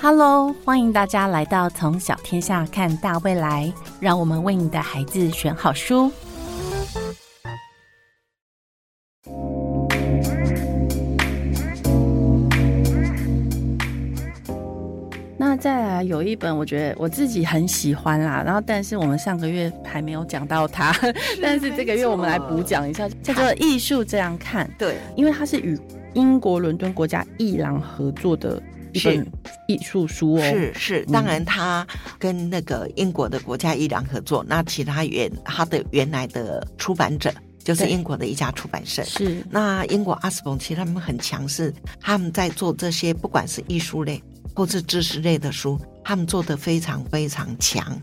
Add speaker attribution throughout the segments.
Speaker 1: Hello，欢迎大家来到《从小天下看大未来》，让我们为你的孩子选好书。那再来有一本，我觉得我自己很喜欢啦，然后但是我们上个月还没有讲到它， 但是这个月我们来补讲一下，叫做《艺术这样看》，
Speaker 2: 对，
Speaker 1: 因为它是与英国伦敦国家艺廊合作的一本
Speaker 2: 是
Speaker 1: 艺术书哦，
Speaker 2: 是是，当然他跟那个英国的国家伊朗合作，那其他原他的原来的出版者就是
Speaker 1: 对
Speaker 2: 英国的一家出版社。
Speaker 1: 是
Speaker 2: 那英国阿斯彭其实他们很强势，他们在做这些不管是艺术类或是知识类的书，他们做的非常非常强。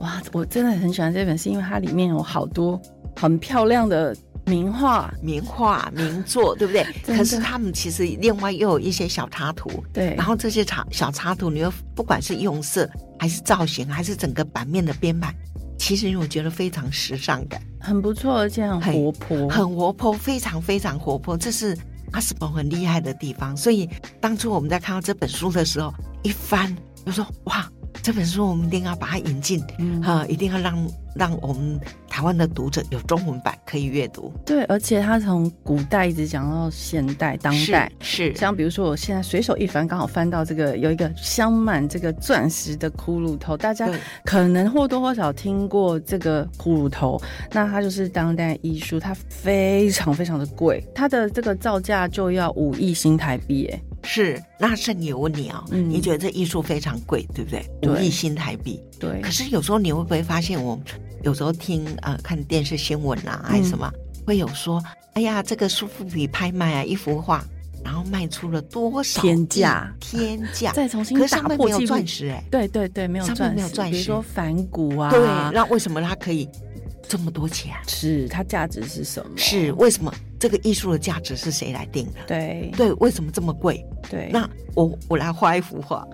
Speaker 1: 哇，我真的很喜欢这本，是因为它里面有好多很漂亮的名画，
Speaker 2: 名画名作，对不对？
Speaker 1: 真的
Speaker 2: 可是他们其实另外又有一些小插图，
Speaker 1: 对，
Speaker 2: 然后这些插小插图，你又不管是用色，还是造型，还是整个版面的编排，其实我觉得非常时尚感，
Speaker 1: 很不错，而且很活泼，
Speaker 2: 很活泼，非常非常活泼，这是阿斯伯很厉害的地方。所以当初我们在看到这本书的时候，一翻就说哇，这本书我们一定要把它引进，
Speaker 1: 嗯
Speaker 2: 啊、一定要让让我们台湾的读者有中文版可以阅读。
Speaker 1: 对，而且它从古代一直讲到现代、当代。
Speaker 2: 是是
Speaker 1: 像比如说，我现在随手一翻，刚好翻到这个有一个镶满这个钻石的骷髅头，大家
Speaker 2: 对
Speaker 1: 可能或多或少听过这个骷髅头。那它就是当代艺术，它非常非常的贵，它的这个造价就要五亿新台币，哎，
Speaker 2: 是。那圣女，我问你哦，
Speaker 1: 嗯
Speaker 2: 你觉得这艺术非常贵，对不对？
Speaker 1: 对
Speaker 2: 五亿新台币。
Speaker 1: 对
Speaker 2: 可，是有时候你会不会发现，我有时候听呃看电视新闻啊，还是什么，
Speaker 1: 嗯
Speaker 2: 会有说，哎呀，这个苏富比拍卖啊一幅画，然后卖出了多少
Speaker 1: 天
Speaker 2: 亿
Speaker 1: 价
Speaker 2: 天价，
Speaker 1: 再重新
Speaker 2: 可是
Speaker 1: 打
Speaker 2: 上面
Speaker 1: 破
Speaker 2: 没有
Speaker 1: 纪录
Speaker 2: 钻石哎、
Speaker 1: 对对对，没有
Speaker 2: 上面
Speaker 1: 钻
Speaker 2: 没有
Speaker 1: 石，
Speaker 2: 钻
Speaker 1: 比如
Speaker 2: 石
Speaker 1: 说反骨啊，
Speaker 2: 对，那为什么它可以这么多钱啊？
Speaker 1: 是它价值是什么？
Speaker 2: 是为什么这个艺术的价值是谁来定的？
Speaker 1: 对
Speaker 2: 对，为什么这么贵？
Speaker 1: 对，
Speaker 2: 那我我来画一幅 画，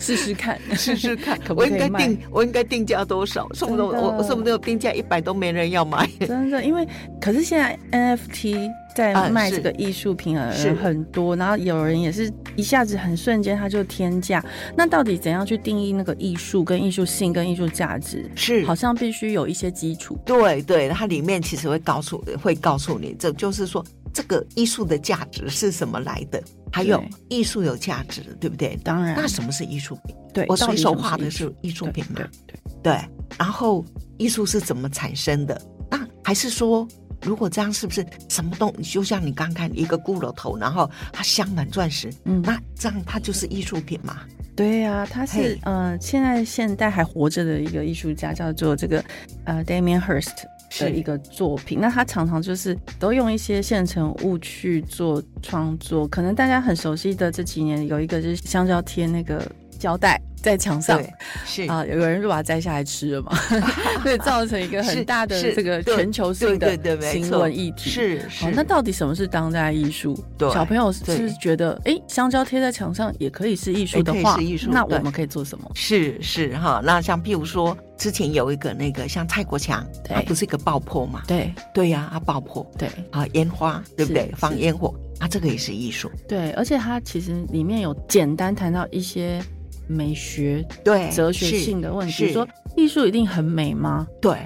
Speaker 1: 试试看，
Speaker 2: 试试看
Speaker 1: 可，不
Speaker 2: 我
Speaker 1: 可以
Speaker 2: 应该
Speaker 1: 卖
Speaker 2: 定，我应该定价多少？说不定
Speaker 1: 真的
Speaker 2: 我说不定我定价一百都没人要买。
Speaker 1: 真的，因为可是现在 NFT 在
Speaker 2: 啊
Speaker 1: 卖
Speaker 2: 是
Speaker 1: 这个艺术品的
Speaker 2: 是
Speaker 1: 人很多，然后有人也是一下子很瞬间他就天价。那到底怎样去定义那个艺术、跟艺术性、跟艺术价值？
Speaker 2: 是
Speaker 1: 好像必须有一些基础。
Speaker 2: 对对，它里面其实会告诉会告诉你，这就是说这个艺术的价值是什么来的，还有
Speaker 1: 对
Speaker 2: 艺术有价值，对不对？
Speaker 1: 当然
Speaker 2: 那，什么是艺术品？
Speaker 1: 对
Speaker 2: 我
Speaker 1: 到
Speaker 2: 随
Speaker 1: 底
Speaker 2: 手
Speaker 1: 什么
Speaker 2: 画
Speaker 1: 艺
Speaker 2: 的
Speaker 1: 术
Speaker 2: 是艺术
Speaker 1: 对
Speaker 2: 品嘛
Speaker 1: 对？对，
Speaker 2: 对，然后艺术是怎么产生的？那还是说，如果这样是不是什么东？就像你刚看一个骷髅头，然后它镶满钻石，
Speaker 1: 嗯
Speaker 2: 那这样它就是艺术品嘛？
Speaker 1: 对呀、他是
Speaker 2: 嘿
Speaker 1: 呃，现在现代还活着的一个艺术家，叫做这个呃 Damien Hirst 的
Speaker 2: 是
Speaker 1: 一个作品。那他常常就是都用一些现成物去做创作，可能大家很熟悉的这几年有一个就是香蕉贴那个胶带在墙上。
Speaker 2: 对，是
Speaker 1: 啊、有人就把它摘下来吃了嘛， 所以造成一个很
Speaker 2: 是
Speaker 1: 大的
Speaker 2: 是
Speaker 1: 这个
Speaker 2: 对
Speaker 1: 全球性
Speaker 2: 对
Speaker 1: 的
Speaker 2: 对对没
Speaker 1: 新
Speaker 2: 错
Speaker 1: 闻议题。
Speaker 2: 是是
Speaker 1: 好，，哦那到底什么是当代艺术？
Speaker 2: 对
Speaker 1: 小朋友是不
Speaker 2: 对
Speaker 1: 是觉得，哎，香蕉贴在墙上也可以是艺术的
Speaker 2: 也
Speaker 1: 话，
Speaker 2: 可以是艺术
Speaker 1: 那
Speaker 2: 对
Speaker 1: 我们可以做什么？
Speaker 2: 是是哈，那像譬如说，之前有一个那个像蔡国强，
Speaker 1: 对
Speaker 2: 他不是一个爆破嘛？
Speaker 1: 对
Speaker 2: 对呀、他爆破
Speaker 1: 对
Speaker 2: 啊，烟花对不
Speaker 1: 是
Speaker 2: 对？放
Speaker 1: 是
Speaker 2: 烟火啊，这个也是艺术。
Speaker 1: 对，而且它其实里面有简单谈到一些美学、
Speaker 2: 对，
Speaker 1: 哲学
Speaker 2: 是
Speaker 1: 性的问
Speaker 2: 是
Speaker 1: 题，说艺术一定很美吗？
Speaker 2: 对，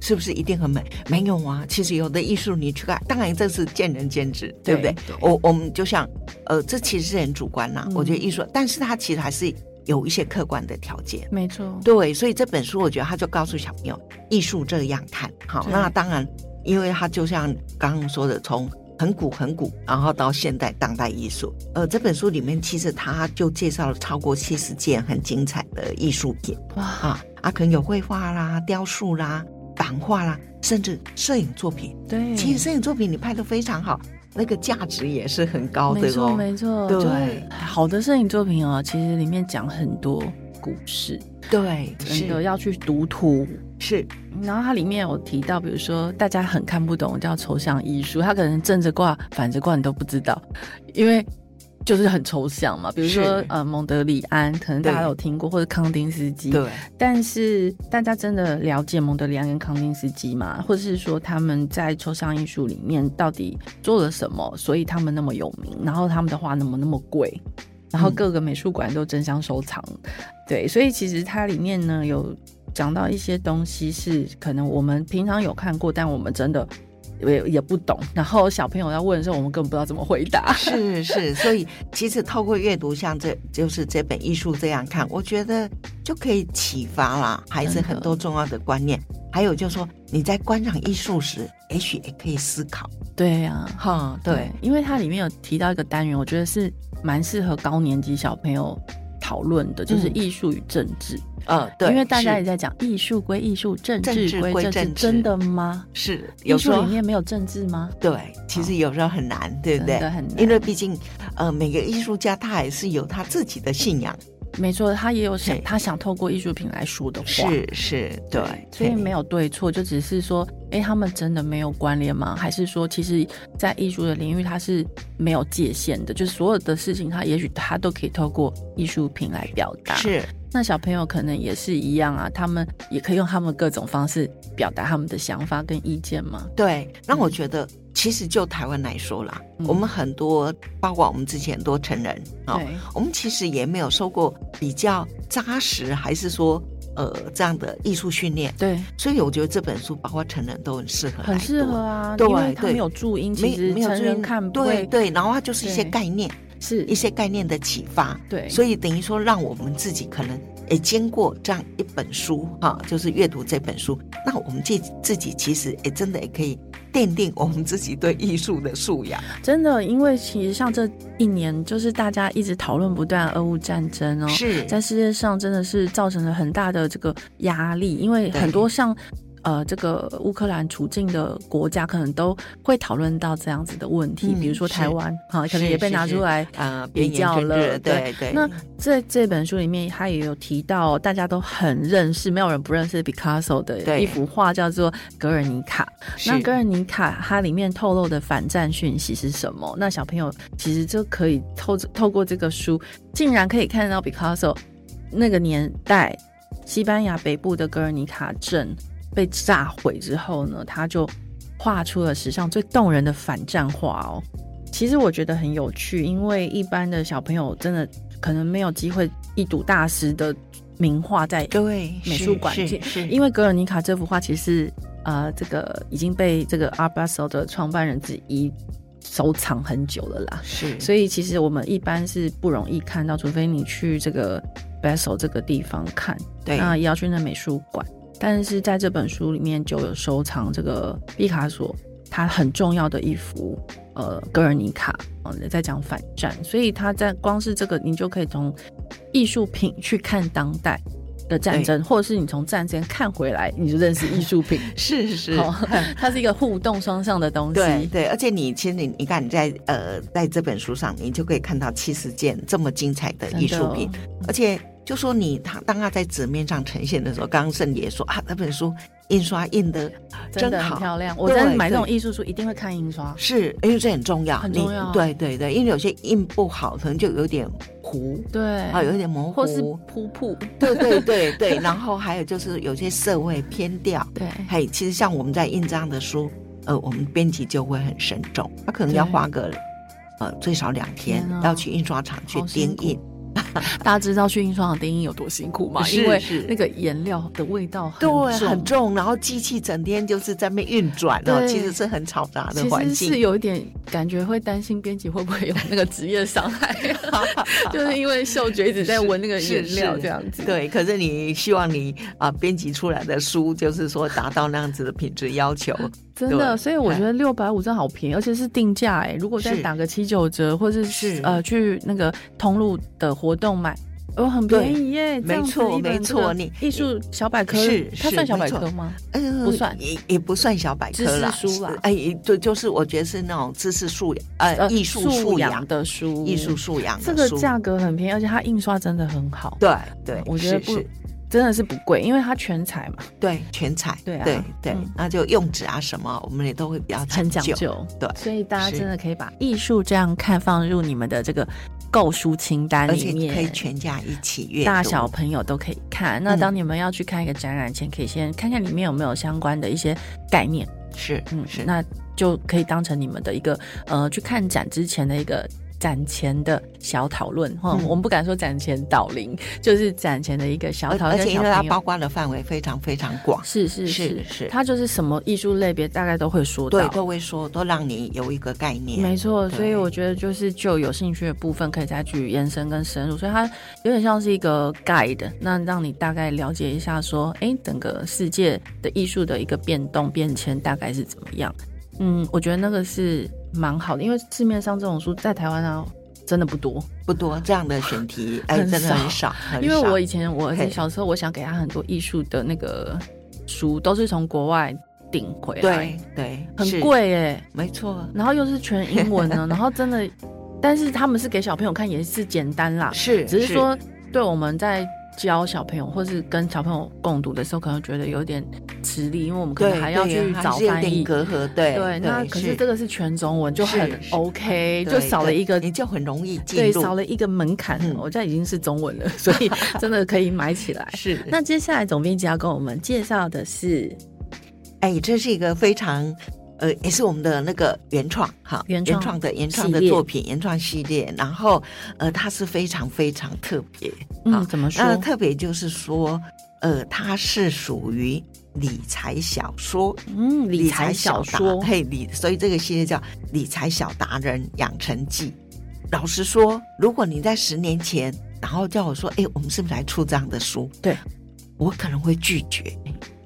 Speaker 2: 是不是一定很美？没有啊，其实有的艺术你去看，当然这是见仁见智，对不对？
Speaker 1: 对对
Speaker 2: 我我们就像呃，这其实是很主观啦、
Speaker 1: 嗯
Speaker 2: 我觉得艺术，但是它其实还是有一些客观的条件。
Speaker 1: 没错，
Speaker 2: 对，所以这本书我觉得他就告诉小朋友，艺术这样看。好，
Speaker 1: 对
Speaker 2: 那当然，因为它就像刚刚说的，从很古很古，然后到现代当代艺术。呃，这本书里面其实他就介绍了超过七十件很精彩的艺术品
Speaker 1: 哇，
Speaker 2: 啊，啊，可能有绘画啦、雕塑啦、版画啦，甚至摄影作品。
Speaker 1: 对，
Speaker 2: 其实摄影作品你拍的非常好，那个价值也是很高的
Speaker 1: 没错
Speaker 2: 哦。
Speaker 1: 没错，
Speaker 2: 对
Speaker 1: 就是好的摄影作品哦，其实里面讲很多故事，
Speaker 2: 对，
Speaker 1: 真的
Speaker 2: 是
Speaker 1: 要去读图，
Speaker 2: 是，
Speaker 1: 然后它里面有提到，比如说大家很看不懂叫抽象艺术，它可能正着挂、反着挂你都不知道，因为就是很抽象嘛。比如说
Speaker 2: 是
Speaker 1: 呃蒙德里安，可能大家都有听过，或者康定斯基。
Speaker 2: 对，
Speaker 1: 但是大家真的了解蒙德里安跟康定斯基吗？或者是说他们在抽象艺术里面到底做了什么，所以他们那么有名，然后他们的画那么那么贵？然后各个美术馆都争相收藏。对，所以其实它里面呢有讲到一些东西是可能我们平常有看过，但我们真的也也不懂。然后小朋友要问的时候，我们根本不知道怎么回 答。
Speaker 2: 是是，所以其实透过阅读像这就是这本艺术这样看，我觉得就可以启发啦孩子
Speaker 1: 真的
Speaker 2: 很多重要的观念。还有就是说你在观赏艺术时，也许也可以思考。
Speaker 1: 对呀、
Speaker 2: 哈，
Speaker 1: 对，，因为它里面有提到一个单元，我觉得是蛮适合高年级小朋友讨论的，就是
Speaker 2: 嗯
Speaker 1: 艺术与政治。
Speaker 2: 呃，对，
Speaker 1: 因为大家也
Speaker 2: 是
Speaker 1: 在讲艺术归艺术，政
Speaker 2: 政
Speaker 1: 治
Speaker 2: 治
Speaker 1: 归
Speaker 2: 归
Speaker 1: 政治，
Speaker 2: 政治
Speaker 1: 真的吗？
Speaker 2: 是
Speaker 1: 艺
Speaker 2: 有时
Speaker 1: 术
Speaker 2: 候
Speaker 1: 里面没有政治吗？
Speaker 2: 对，其实有时候很难，对
Speaker 1: 真
Speaker 2: 不对
Speaker 1: 的？很难
Speaker 2: 因为毕竟，呃，每个艺术家他还是有他自己的信仰，
Speaker 1: 没错，他也有想
Speaker 2: 对
Speaker 1: 他想透过艺术品来说的话，
Speaker 2: 是是，对，
Speaker 1: 所以没
Speaker 2: 有
Speaker 1: 有对错，就只是说，哎，他们真的没有关联吗？还是说，其实，在艺术的领域，它是没有界限的，就是所有的事情，它也许它都可以透过艺术品来表达。，
Speaker 2: 是
Speaker 1: 那小朋友可能也是一样啊，他们也可以用他们各种方式表达他们的想法跟意见嘛。
Speaker 2: 对。那我觉得，其实就台湾来说啦，
Speaker 1: 嗯
Speaker 2: 我们很多，包括我们之前很多成人啊、
Speaker 1: 对，
Speaker 2: 我们其实也没有受过比较扎实，还是说呃这样的艺术训练。
Speaker 1: 对，
Speaker 2: 所以我觉得这本书，包括成人都很适合来读，
Speaker 1: 很适合啊，
Speaker 2: 对
Speaker 1: 因为他
Speaker 2: 对
Speaker 1: 没有注音，其
Speaker 2: 没
Speaker 1: 实
Speaker 2: 没有
Speaker 1: 成
Speaker 2: 注
Speaker 1: 人
Speaker 2: 意
Speaker 1: 看不
Speaker 2: 对
Speaker 1: 会
Speaker 2: 对，然后它就是一些
Speaker 1: 对
Speaker 2: 概念，
Speaker 1: 是
Speaker 2: 一些概念的启发。
Speaker 1: 对，
Speaker 2: 所以等于说，让我们自己可能也经过这样一本书哈、就是阅读这本书，那我们自自己其实也真的也可以奠定我们自己对艺术的素养。
Speaker 1: 真的，因为其实像这一年，就是大家一直讨论不断俄乌战争哦，
Speaker 2: 是
Speaker 1: 在世界上真的是造成了很大的这个压力，因为
Speaker 2: 对
Speaker 1: 很多像。呃，这个乌克兰处境的国家可能都会讨论到这样子的问题，
Speaker 2: 嗯
Speaker 1: 比如说台
Speaker 2: 是
Speaker 1: 湾哈，可能
Speaker 2: 是
Speaker 1: 也被拿出来
Speaker 2: 啊，
Speaker 1: 比较了。
Speaker 2: 对对，
Speaker 1: 那在这本书里面，他也有提到，大家都很认识，没有人不认识 Picasso 的
Speaker 2: 对
Speaker 1: 一幅画，叫做《格尔尼卡》。那
Speaker 2: 是
Speaker 1: 格尔尼卡它里面透露的反战讯息是什么？那小朋友其实就可以透透过这个书，竟然可以看到 Picasso 那个年代西班牙北部的格尔尼卡镇被炸毁之后呢，他就画出了史上最动人的反战画哦。其实我觉得很有趣，因为一般的小朋友真的可能没有机会一睹大师的名画在
Speaker 2: 对
Speaker 1: 美
Speaker 2: 是
Speaker 1: 术馆
Speaker 2: 是
Speaker 1: 见
Speaker 2: 是
Speaker 1: 因为格尔尼卡这幅画其实呃，这个已经被这个阿巴索的创办人之一收藏很久了啦，
Speaker 2: 是
Speaker 1: 所以其实我们一般是不容易看到，除非你去这个 Basel 这个地方看，
Speaker 2: 对
Speaker 1: 那也要去那美术馆。但是在这本书里面就有收藏这个毕卡索他很重要的一幅呃《格尔尼卡》呃，在讲反战，所以他在光是这个你就可以从艺术品去看当代的战争，或者是你从战争看回来，你就认识艺术品。
Speaker 2: 是 是。
Speaker 1: 好，它是一个互动双向的东西。
Speaker 2: 对对，而且你其实你你看你在呃在这本书上，你就可以看到七十件这么精彩的
Speaker 1: 真的哦
Speaker 2: 艺术品，而且就说你他当他在纸面上呈现的时候，刚刚圣也说啊，那本书印刷印的
Speaker 1: 真的很
Speaker 2: 好，
Speaker 1: 漂亮。我
Speaker 2: 对
Speaker 1: 真的买这种
Speaker 2: 对
Speaker 1: 艺术书一定会看印刷。
Speaker 2: 是因为这很重要，
Speaker 1: 很
Speaker 2: 你
Speaker 1: 重要
Speaker 2: 对对对，因为有些印不好，可能就有点糊
Speaker 1: 对，
Speaker 2: 啊，有一点模糊，
Speaker 1: 或是瀑布，
Speaker 2: 对对对对，然后还有就是有些色味偏掉，
Speaker 1: 对，
Speaker 2: 嘿，其实像我们在印这样的书，呃，我们编辑就会很慎重，他可能要
Speaker 1: 对
Speaker 2: 花个呃最少两天
Speaker 1: 天啊
Speaker 2: 要去印刷厂去
Speaker 1: 好辛
Speaker 2: 钉
Speaker 1: 苦
Speaker 2: 印，
Speaker 1: 大家知道去印刷厂钉印有多辛苦吗？
Speaker 2: 是
Speaker 1: 因为
Speaker 2: 是
Speaker 1: 那个颜料的味道很
Speaker 2: 对，
Speaker 1: 重
Speaker 2: 很重，然后机器整天就是在那边运转哦，
Speaker 1: 对
Speaker 2: 其实是很嘈杂的
Speaker 1: 其
Speaker 2: 环
Speaker 1: 实是
Speaker 2: 境。
Speaker 1: 有一点感觉，会担心编辑会不会有那个职业伤害，啊 就是因为嗅觉一直在闻那个颜料
Speaker 2: 是
Speaker 1: 这样子。
Speaker 2: 对，可是你希望你啊、编辑出来的书，就是说达到那样子的品质要 求，
Speaker 1: 真的，
Speaker 2: 对哎
Speaker 1: 所以我觉得六百五真的好便宜，而且是定价哎、如果再
Speaker 2: 是
Speaker 1: 打个七九折，或是
Speaker 2: 是
Speaker 1: 呃去那个通路的活动买，哦，很便宜耶、这样子
Speaker 2: 没错
Speaker 1: 一本
Speaker 2: 没错
Speaker 1: 这个
Speaker 2: 你
Speaker 1: 艺术小百科
Speaker 2: 是
Speaker 1: 它
Speaker 2: 是
Speaker 1: 算小
Speaker 2: 没
Speaker 1: 百
Speaker 2: 错
Speaker 1: 科吗？
Speaker 2: 嗯，
Speaker 1: 不算
Speaker 2: 也也不算小百科啦，
Speaker 1: 知识书啦
Speaker 2: 是哎，就就是我觉得是那种知识素养，呃，
Speaker 1: 呃
Speaker 2: 艺术素养，
Speaker 1: 的书，
Speaker 2: 艺术素养
Speaker 1: 这
Speaker 2: 的
Speaker 1: 个
Speaker 2: 书
Speaker 1: 价格很便宜，而且它印刷真的很好。
Speaker 2: 对对，
Speaker 1: 嗯我觉得
Speaker 2: 是
Speaker 1: 不
Speaker 2: 是
Speaker 1: 真的是不贵，因为它全彩嘛，
Speaker 2: 对全彩，
Speaker 1: 对啊
Speaker 2: 对对
Speaker 1: 嗯
Speaker 2: 那就用纸啊什么，我们也都会比较
Speaker 1: 很讲
Speaker 2: 讲究。
Speaker 1: 究。
Speaker 2: 对
Speaker 1: 所以大家
Speaker 2: 是
Speaker 1: 真的可以把艺术这样看放入你们的这个购书清单
Speaker 2: 而
Speaker 1: 里
Speaker 2: 且
Speaker 1: 面，
Speaker 2: 可以全家一起阅读，
Speaker 1: 大小朋友都可以看。那
Speaker 2: 嗯
Speaker 1: 当你们要去看一个展览前，可以先看看里面有没有相关的一些概念，
Speaker 2: 是
Speaker 1: 嗯，
Speaker 2: 是
Speaker 1: 那就可以当成你们的一个呃去看展之前的一个展前的小讨论哈，
Speaker 2: 嗯
Speaker 1: 我们不敢说展前导聆，就是展前的一个小
Speaker 2: 而
Speaker 1: 讨论
Speaker 2: 而
Speaker 1: 跟
Speaker 2: 且因
Speaker 1: 小
Speaker 2: 为它
Speaker 1: 朋友。
Speaker 2: 包括的范围非常非常广，
Speaker 1: 是是
Speaker 2: 是
Speaker 1: 是
Speaker 2: 是
Speaker 1: 它就是什么艺术类别大概都会说
Speaker 2: 对
Speaker 1: 到，，
Speaker 2: 都会说，都让你有一个概念。
Speaker 1: 没错，所以
Speaker 2: 对
Speaker 1: 我觉得就是就有兴趣的部分可以再去延伸跟深入，所以它有点像是一个 guide，那让你大概了解一下说，哎，整个世界的艺术的一个变动变迁大概是怎么样。嗯，我觉得那个是蛮好的，因为市面上这种书在台湾啊真的不多，
Speaker 2: 不多这样的选题，哎，
Speaker 1: 很
Speaker 2: 真的很
Speaker 1: 少
Speaker 2: 少，很
Speaker 1: 因为
Speaker 2: 少
Speaker 1: 我以前我儿子
Speaker 2: 嘿
Speaker 1: 小时候，我想给他很多艺术的那个书，都是从国外订回来，
Speaker 2: 对对
Speaker 1: 很，
Speaker 2: 是
Speaker 1: 贵哎、
Speaker 2: 没错，
Speaker 1: 然后又是全英文 呢，然后真的，但是他们是给小朋友看，也是简单啦，
Speaker 2: 是
Speaker 1: 只是说对我们在教小朋友或是跟小朋友共读的时候，可能觉得有点吃力，因为我们可
Speaker 2: 对
Speaker 1: 能还要
Speaker 2: 对
Speaker 1: 去
Speaker 2: 还
Speaker 1: 找
Speaker 2: 是有
Speaker 1: 翻
Speaker 2: 点
Speaker 1: 译。
Speaker 2: 隔阂，对
Speaker 1: 对，那可是这个是全中文，就很
Speaker 2: 是是
Speaker 1: OK，
Speaker 2: 对
Speaker 1: 就少了
Speaker 2: 对
Speaker 1: 一个
Speaker 2: 你就很容易进
Speaker 1: 对，少
Speaker 2: 入，
Speaker 1: 了一个门槛
Speaker 2: 嗯。。
Speaker 1: 我现在已经是中文了， 所以真的可以买起来
Speaker 2: 是
Speaker 1: 那接下来总编辑要跟我们介绍的是
Speaker 2: 哎，这是一个非常呃，也是我们的那个原创哈，
Speaker 1: 原创
Speaker 2: 的原创的
Speaker 1: 系列
Speaker 2: 作品，原创系列。然后呃，它是非常非常特别，好
Speaker 1: 嗯，怎么说？
Speaker 2: 那特别就是说，呃，它是属于理财小说。
Speaker 1: 嗯，理财小
Speaker 2: 达
Speaker 1: 说，
Speaker 2: 嘿理，所以这个系列叫《理财小达人养成记》。老实说，如果你在十年前，然后叫我说，哎，我们是不是来出这样的书？
Speaker 1: 对，
Speaker 2: 我可能会拒绝。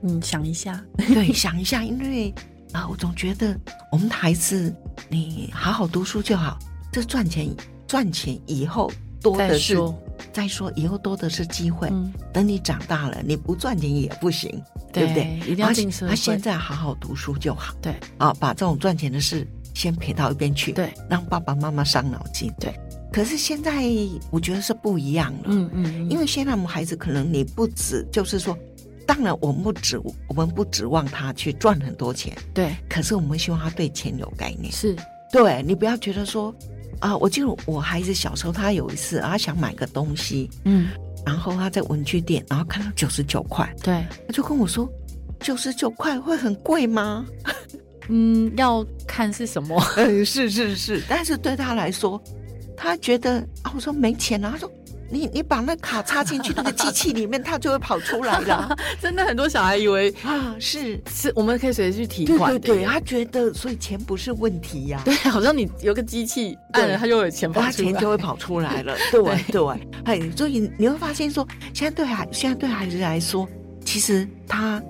Speaker 1: 嗯，想一下，
Speaker 2: 对，想一下，因为啊，我总觉得我们的孩子，你好好读书就好，这赚钱赚钱以后多
Speaker 1: 再
Speaker 2: 的是
Speaker 1: 说，
Speaker 2: 再说以后多的是机会。
Speaker 1: 嗯，
Speaker 2: 等你长大了，你不赚钱也不行，对不对？
Speaker 1: 一定要进社
Speaker 2: 他现
Speaker 1: 会。
Speaker 2: 在好好读书就好。
Speaker 1: 对，
Speaker 2: 啊，把这种赚钱的事先撇到一边去，
Speaker 1: 对，
Speaker 2: 让爸爸妈妈伤脑筋。
Speaker 1: 对，
Speaker 2: 可是现在我觉得是不一样了。
Speaker 1: 嗯嗯，
Speaker 2: 因
Speaker 1: 为
Speaker 2: 为现在我们孩子可能你不止，就是说，当然我们不指我们不指望他去赚很多钱，
Speaker 1: 对
Speaker 2: 可是我们希望他对钱有概念。
Speaker 1: 是，
Speaker 2: 对你不要觉得说啊，我记得我孩子小时候，他有一次啊他想买个东西，
Speaker 1: 嗯
Speaker 2: 然后他在文具店，然后看到九十九块，
Speaker 1: 对，
Speaker 2: 他就跟我说。九十九块会很贵吗？
Speaker 1: 嗯，要看是什么，
Speaker 2: 嗯，是是是，但是对他来说，他觉得啊，我说没钱了、他说你你把那卡插进去那个机器里面，它就会跑出来了。
Speaker 1: 真的很多小孩以为
Speaker 2: 啊，是，
Speaker 1: 是我们可以随时去提
Speaker 2: 对
Speaker 1: 款
Speaker 2: 对
Speaker 1: 的，
Speaker 2: 对，他觉得所以钱不是问题呀、
Speaker 1: 对，好像你有个机器按
Speaker 2: 对
Speaker 1: 了，它就有钱
Speaker 2: 花
Speaker 1: 跑出
Speaker 2: 钱
Speaker 1: 来
Speaker 2: 就。会跑出 来了，对对，哎，所以你会发现说，现在对孩现在对孩子来说，其实他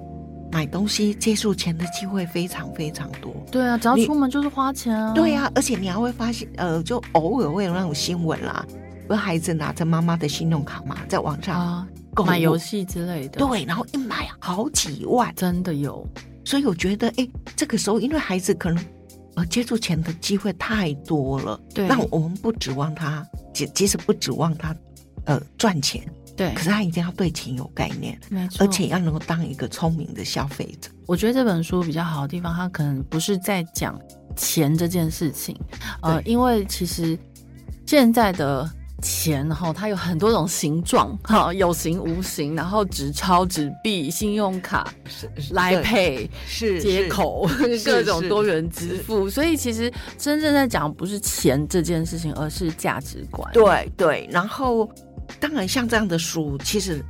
Speaker 2: 买东西接触钱的机会非常非常多。
Speaker 1: 对啊，只要
Speaker 2: 你
Speaker 1: 出门就是花钱啊。
Speaker 2: 对呀、而且你还会发现，呃，就偶尔会有那种新闻啦，有孩子拿着妈妈的信用卡嘛，在网上
Speaker 1: 啊，
Speaker 2: 购物，
Speaker 1: 买游戏之类的，，
Speaker 2: 对，然后一买好几万，
Speaker 1: 真的有，
Speaker 2: 所以我觉得，哎，这个时候因为孩子可能呃接触钱的机会太多了，
Speaker 1: 对
Speaker 2: 那我们不指望他，即即使不指望他呃赚钱，
Speaker 1: 对
Speaker 2: 可，是他一定要对钱有概念，
Speaker 1: 没错。
Speaker 2: 而且要能够当一个聪明的消费者。
Speaker 1: 我觉得这本书比较好的地方，它可能不是在讲钱这件事情，呃，因为其实现在的钱哈，它有很多种形状哈，有形无形，然后纸钞、纸币、信用卡、
Speaker 2: 呃
Speaker 1: 来配
Speaker 2: 是
Speaker 1: 接口、 各种
Speaker 2: 是
Speaker 1: 多元支付，所以其实真正在讲不是钱这件事情，而是价值观。
Speaker 2: 对对，然后当然像这样的书，其实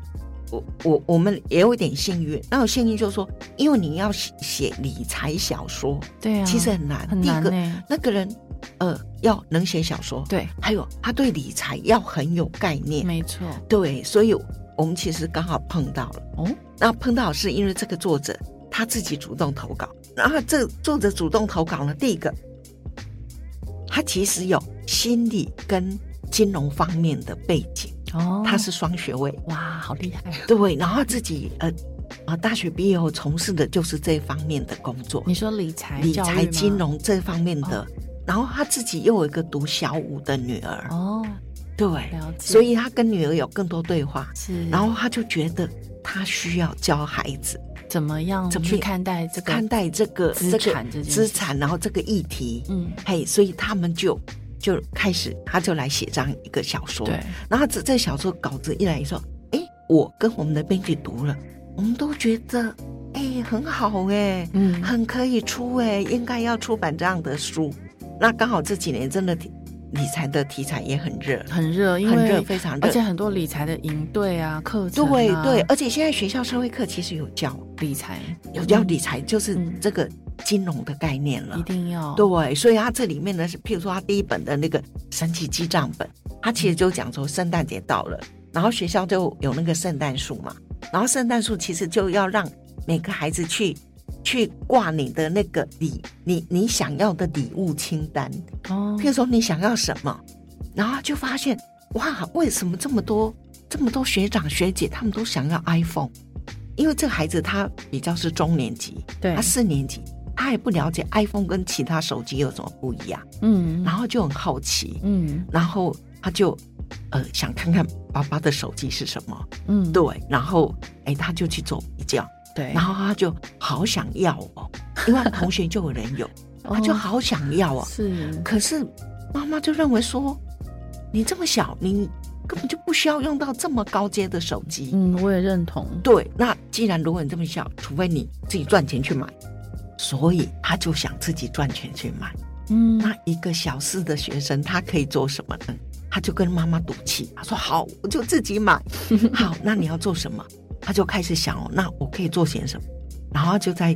Speaker 2: 我我我们也有一点幸运。那我幸运就是说，因为你要写写理财小说，
Speaker 1: 对啊，
Speaker 2: 其实很难。
Speaker 1: 很难
Speaker 2: 第一
Speaker 1: 呢、
Speaker 2: 个，那个人呃要能写小说，
Speaker 1: 对，
Speaker 2: 还有他对理财要很有概念，
Speaker 1: 没错，
Speaker 2: 对，所以我们其实刚好碰到了。
Speaker 1: 哦，
Speaker 2: 那碰到是因为这个作者他自己主动投稿，然后这个作者主动投稿呢，第一个，他其实有心理跟金融方面的背景，
Speaker 1: 哦，
Speaker 2: 他是双学位，
Speaker 1: 哇，好厉害！哦
Speaker 2: 对，然后自己呃啊大学毕业后从事的就是这方面的工作，
Speaker 1: 你说理财、
Speaker 2: 理
Speaker 1: 教育
Speaker 2: 财、
Speaker 1: 吗哦
Speaker 2: 金融这方面的。然后他自己又有一个读小五的女儿，
Speaker 1: 哦，
Speaker 2: 对，
Speaker 1: 了解，
Speaker 2: 所以他跟女儿有更多对话，
Speaker 1: 是，
Speaker 2: 然后他就觉得他需要教孩子
Speaker 1: 怎么样
Speaker 2: 怎么
Speaker 1: 去
Speaker 2: 样
Speaker 1: 看待这个
Speaker 2: 看待这个
Speaker 1: 资产这件
Speaker 2: 这
Speaker 1: 事
Speaker 2: 个资产，然后这个议题，
Speaker 1: 嗯，
Speaker 2: 嘿，所以他们就就开始，他就来写这样一个小说，
Speaker 1: 对，
Speaker 2: 然后这这小说稿子一来一说，哎，我跟我们的编辑读了，我们都觉得哎很好哎，
Speaker 1: 嗯，
Speaker 2: 很可以出哎，应该要出版这样的书。那刚好这几年真的挺理财的题材也很热，
Speaker 1: 很热，因
Speaker 2: 很热，
Speaker 1: 为
Speaker 2: 非常热
Speaker 1: 而。且很多理财的营队啊、课程、啊，
Speaker 2: 对对，而且现在学校社会课其实有教，
Speaker 1: 理财
Speaker 2: 有教
Speaker 1: 嗯
Speaker 2: 理财，就是
Speaker 1: 嗯
Speaker 2: 这个金融的概念了
Speaker 1: 一。定要
Speaker 2: 对，所以它这里面呢是，譬如说它第一本的那个神奇记账本，它其实就讲说圣诞节到了，然后学校就有那个圣诞树嘛，然后圣诞树其实就要让每个孩子去去挂你的那个礼，你你想要的礼物清单，
Speaker 1: 哦
Speaker 2: 譬如说你想要什么，然后就发现哇，为什么这么多这么多学长学姐他们都想要 iPhone？因为这个孩子他比较是中年级，
Speaker 1: 对
Speaker 2: 他，四年级，他也不了解 iPhone 跟其他手机有什么不一样，
Speaker 1: 嗯
Speaker 2: 然后就很好奇，
Speaker 1: 嗯
Speaker 2: 然后他就呃想看看爸爸的手机是什么，
Speaker 1: 嗯，
Speaker 2: 对，然后哎他就去做比较，
Speaker 1: 对，
Speaker 2: 然后他就好想要哦，因为他同学就有人 有，
Speaker 1: 后
Speaker 2: 他就好想要哦，
Speaker 1: 哦是
Speaker 2: 可是妈妈就认为说，你这么小，你根本就不需要用到这么高阶的手机，
Speaker 1: 嗯，我也认同，
Speaker 2: 对，那既然如果你这么小，除非你自己赚钱去买，所以他就想自己赚钱去买。
Speaker 1: 嗯
Speaker 2: 那一个小四的学生，他可以做什么呢？他就跟妈妈赌气，他说：“好，我就自己买。好，那你要做什么？”他就开始想哦，那我可以做些什么？然后就在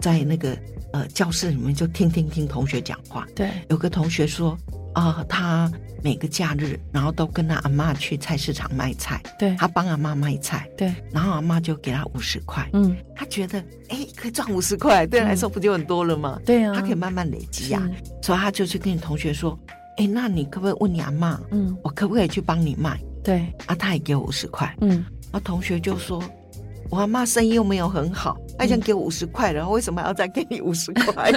Speaker 2: 在那个呃教室里面就听听听同学讲话。
Speaker 1: 对，
Speaker 2: 有个同学说啊、他每个假日然后都跟他阿妈去菜市场卖菜，
Speaker 1: 对，
Speaker 2: 他帮阿妈卖菜。
Speaker 1: 对，
Speaker 2: 然后阿妈就给他五十块，
Speaker 1: 嗯，
Speaker 2: 他觉得哎可以赚五十块，对他来说不就很多了吗？
Speaker 1: 对啊，
Speaker 2: 他可以慢慢累积呀、
Speaker 1: 是
Speaker 2: 所以他就去跟同学说，哎，那你可不可以问你阿妈，
Speaker 1: 嗯，
Speaker 2: 我可不可以去帮你卖？
Speaker 1: 对，
Speaker 2: 啊，他也给我五十块，
Speaker 1: 嗯，
Speaker 2: 啊，同学就说。我阿妈生意又没有很好，她已经给我五十块了，为什么还要再给你五十块？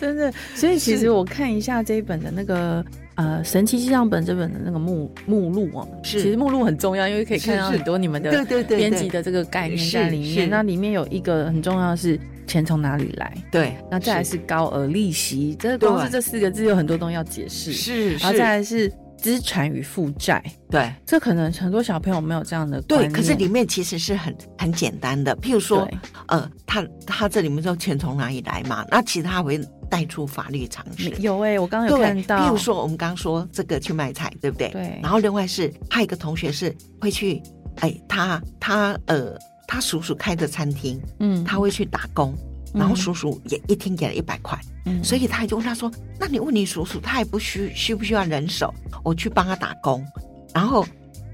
Speaker 1: 真的，所以其
Speaker 2: 是
Speaker 1: 实我看一下这一本的那个。呃，神奇记账本这本的那个目目录哦，
Speaker 2: 是
Speaker 1: 其实目录很重要，因为可以看到
Speaker 2: 是是
Speaker 1: 很多你们的
Speaker 2: 对对对，
Speaker 1: 编辑
Speaker 2: 对
Speaker 1: 的这个概念在里
Speaker 2: 是是
Speaker 1: 面。那里面有一个很重要的是钱从哪里来，
Speaker 2: 对，
Speaker 1: 那再来是高额利息，这光是
Speaker 2: 对
Speaker 1: 这四个字有很多东西要解释。
Speaker 2: 是是
Speaker 1: 然后再
Speaker 2: 是，
Speaker 1: 来是资产与负债，
Speaker 2: 对
Speaker 1: 这可能很多小朋友没有这样的观
Speaker 2: 对。
Speaker 1: 念。
Speaker 2: 可是里面其实是很很简单的，譬如说，
Speaker 1: 对
Speaker 2: 呃，他他这里面说钱从哪里来嘛？那其实他会带出法律常识。
Speaker 1: 有哎、我刚刚有
Speaker 2: 对，
Speaker 1: 看到，
Speaker 2: 比如说我们刚刚说这个去卖菜，对不对？
Speaker 1: 对
Speaker 2: 然后另外是还有一个同学是会去，哎，他他呃，他叔叔开的餐厅，
Speaker 1: 嗯，
Speaker 2: 他会去打工，
Speaker 1: 嗯
Speaker 2: 然后叔叔也一天给了一百块，
Speaker 1: 嗯，
Speaker 2: 所以他就问他说：“那你问你叔叔，他也不需需不需要人手，我去帮他打工。”然后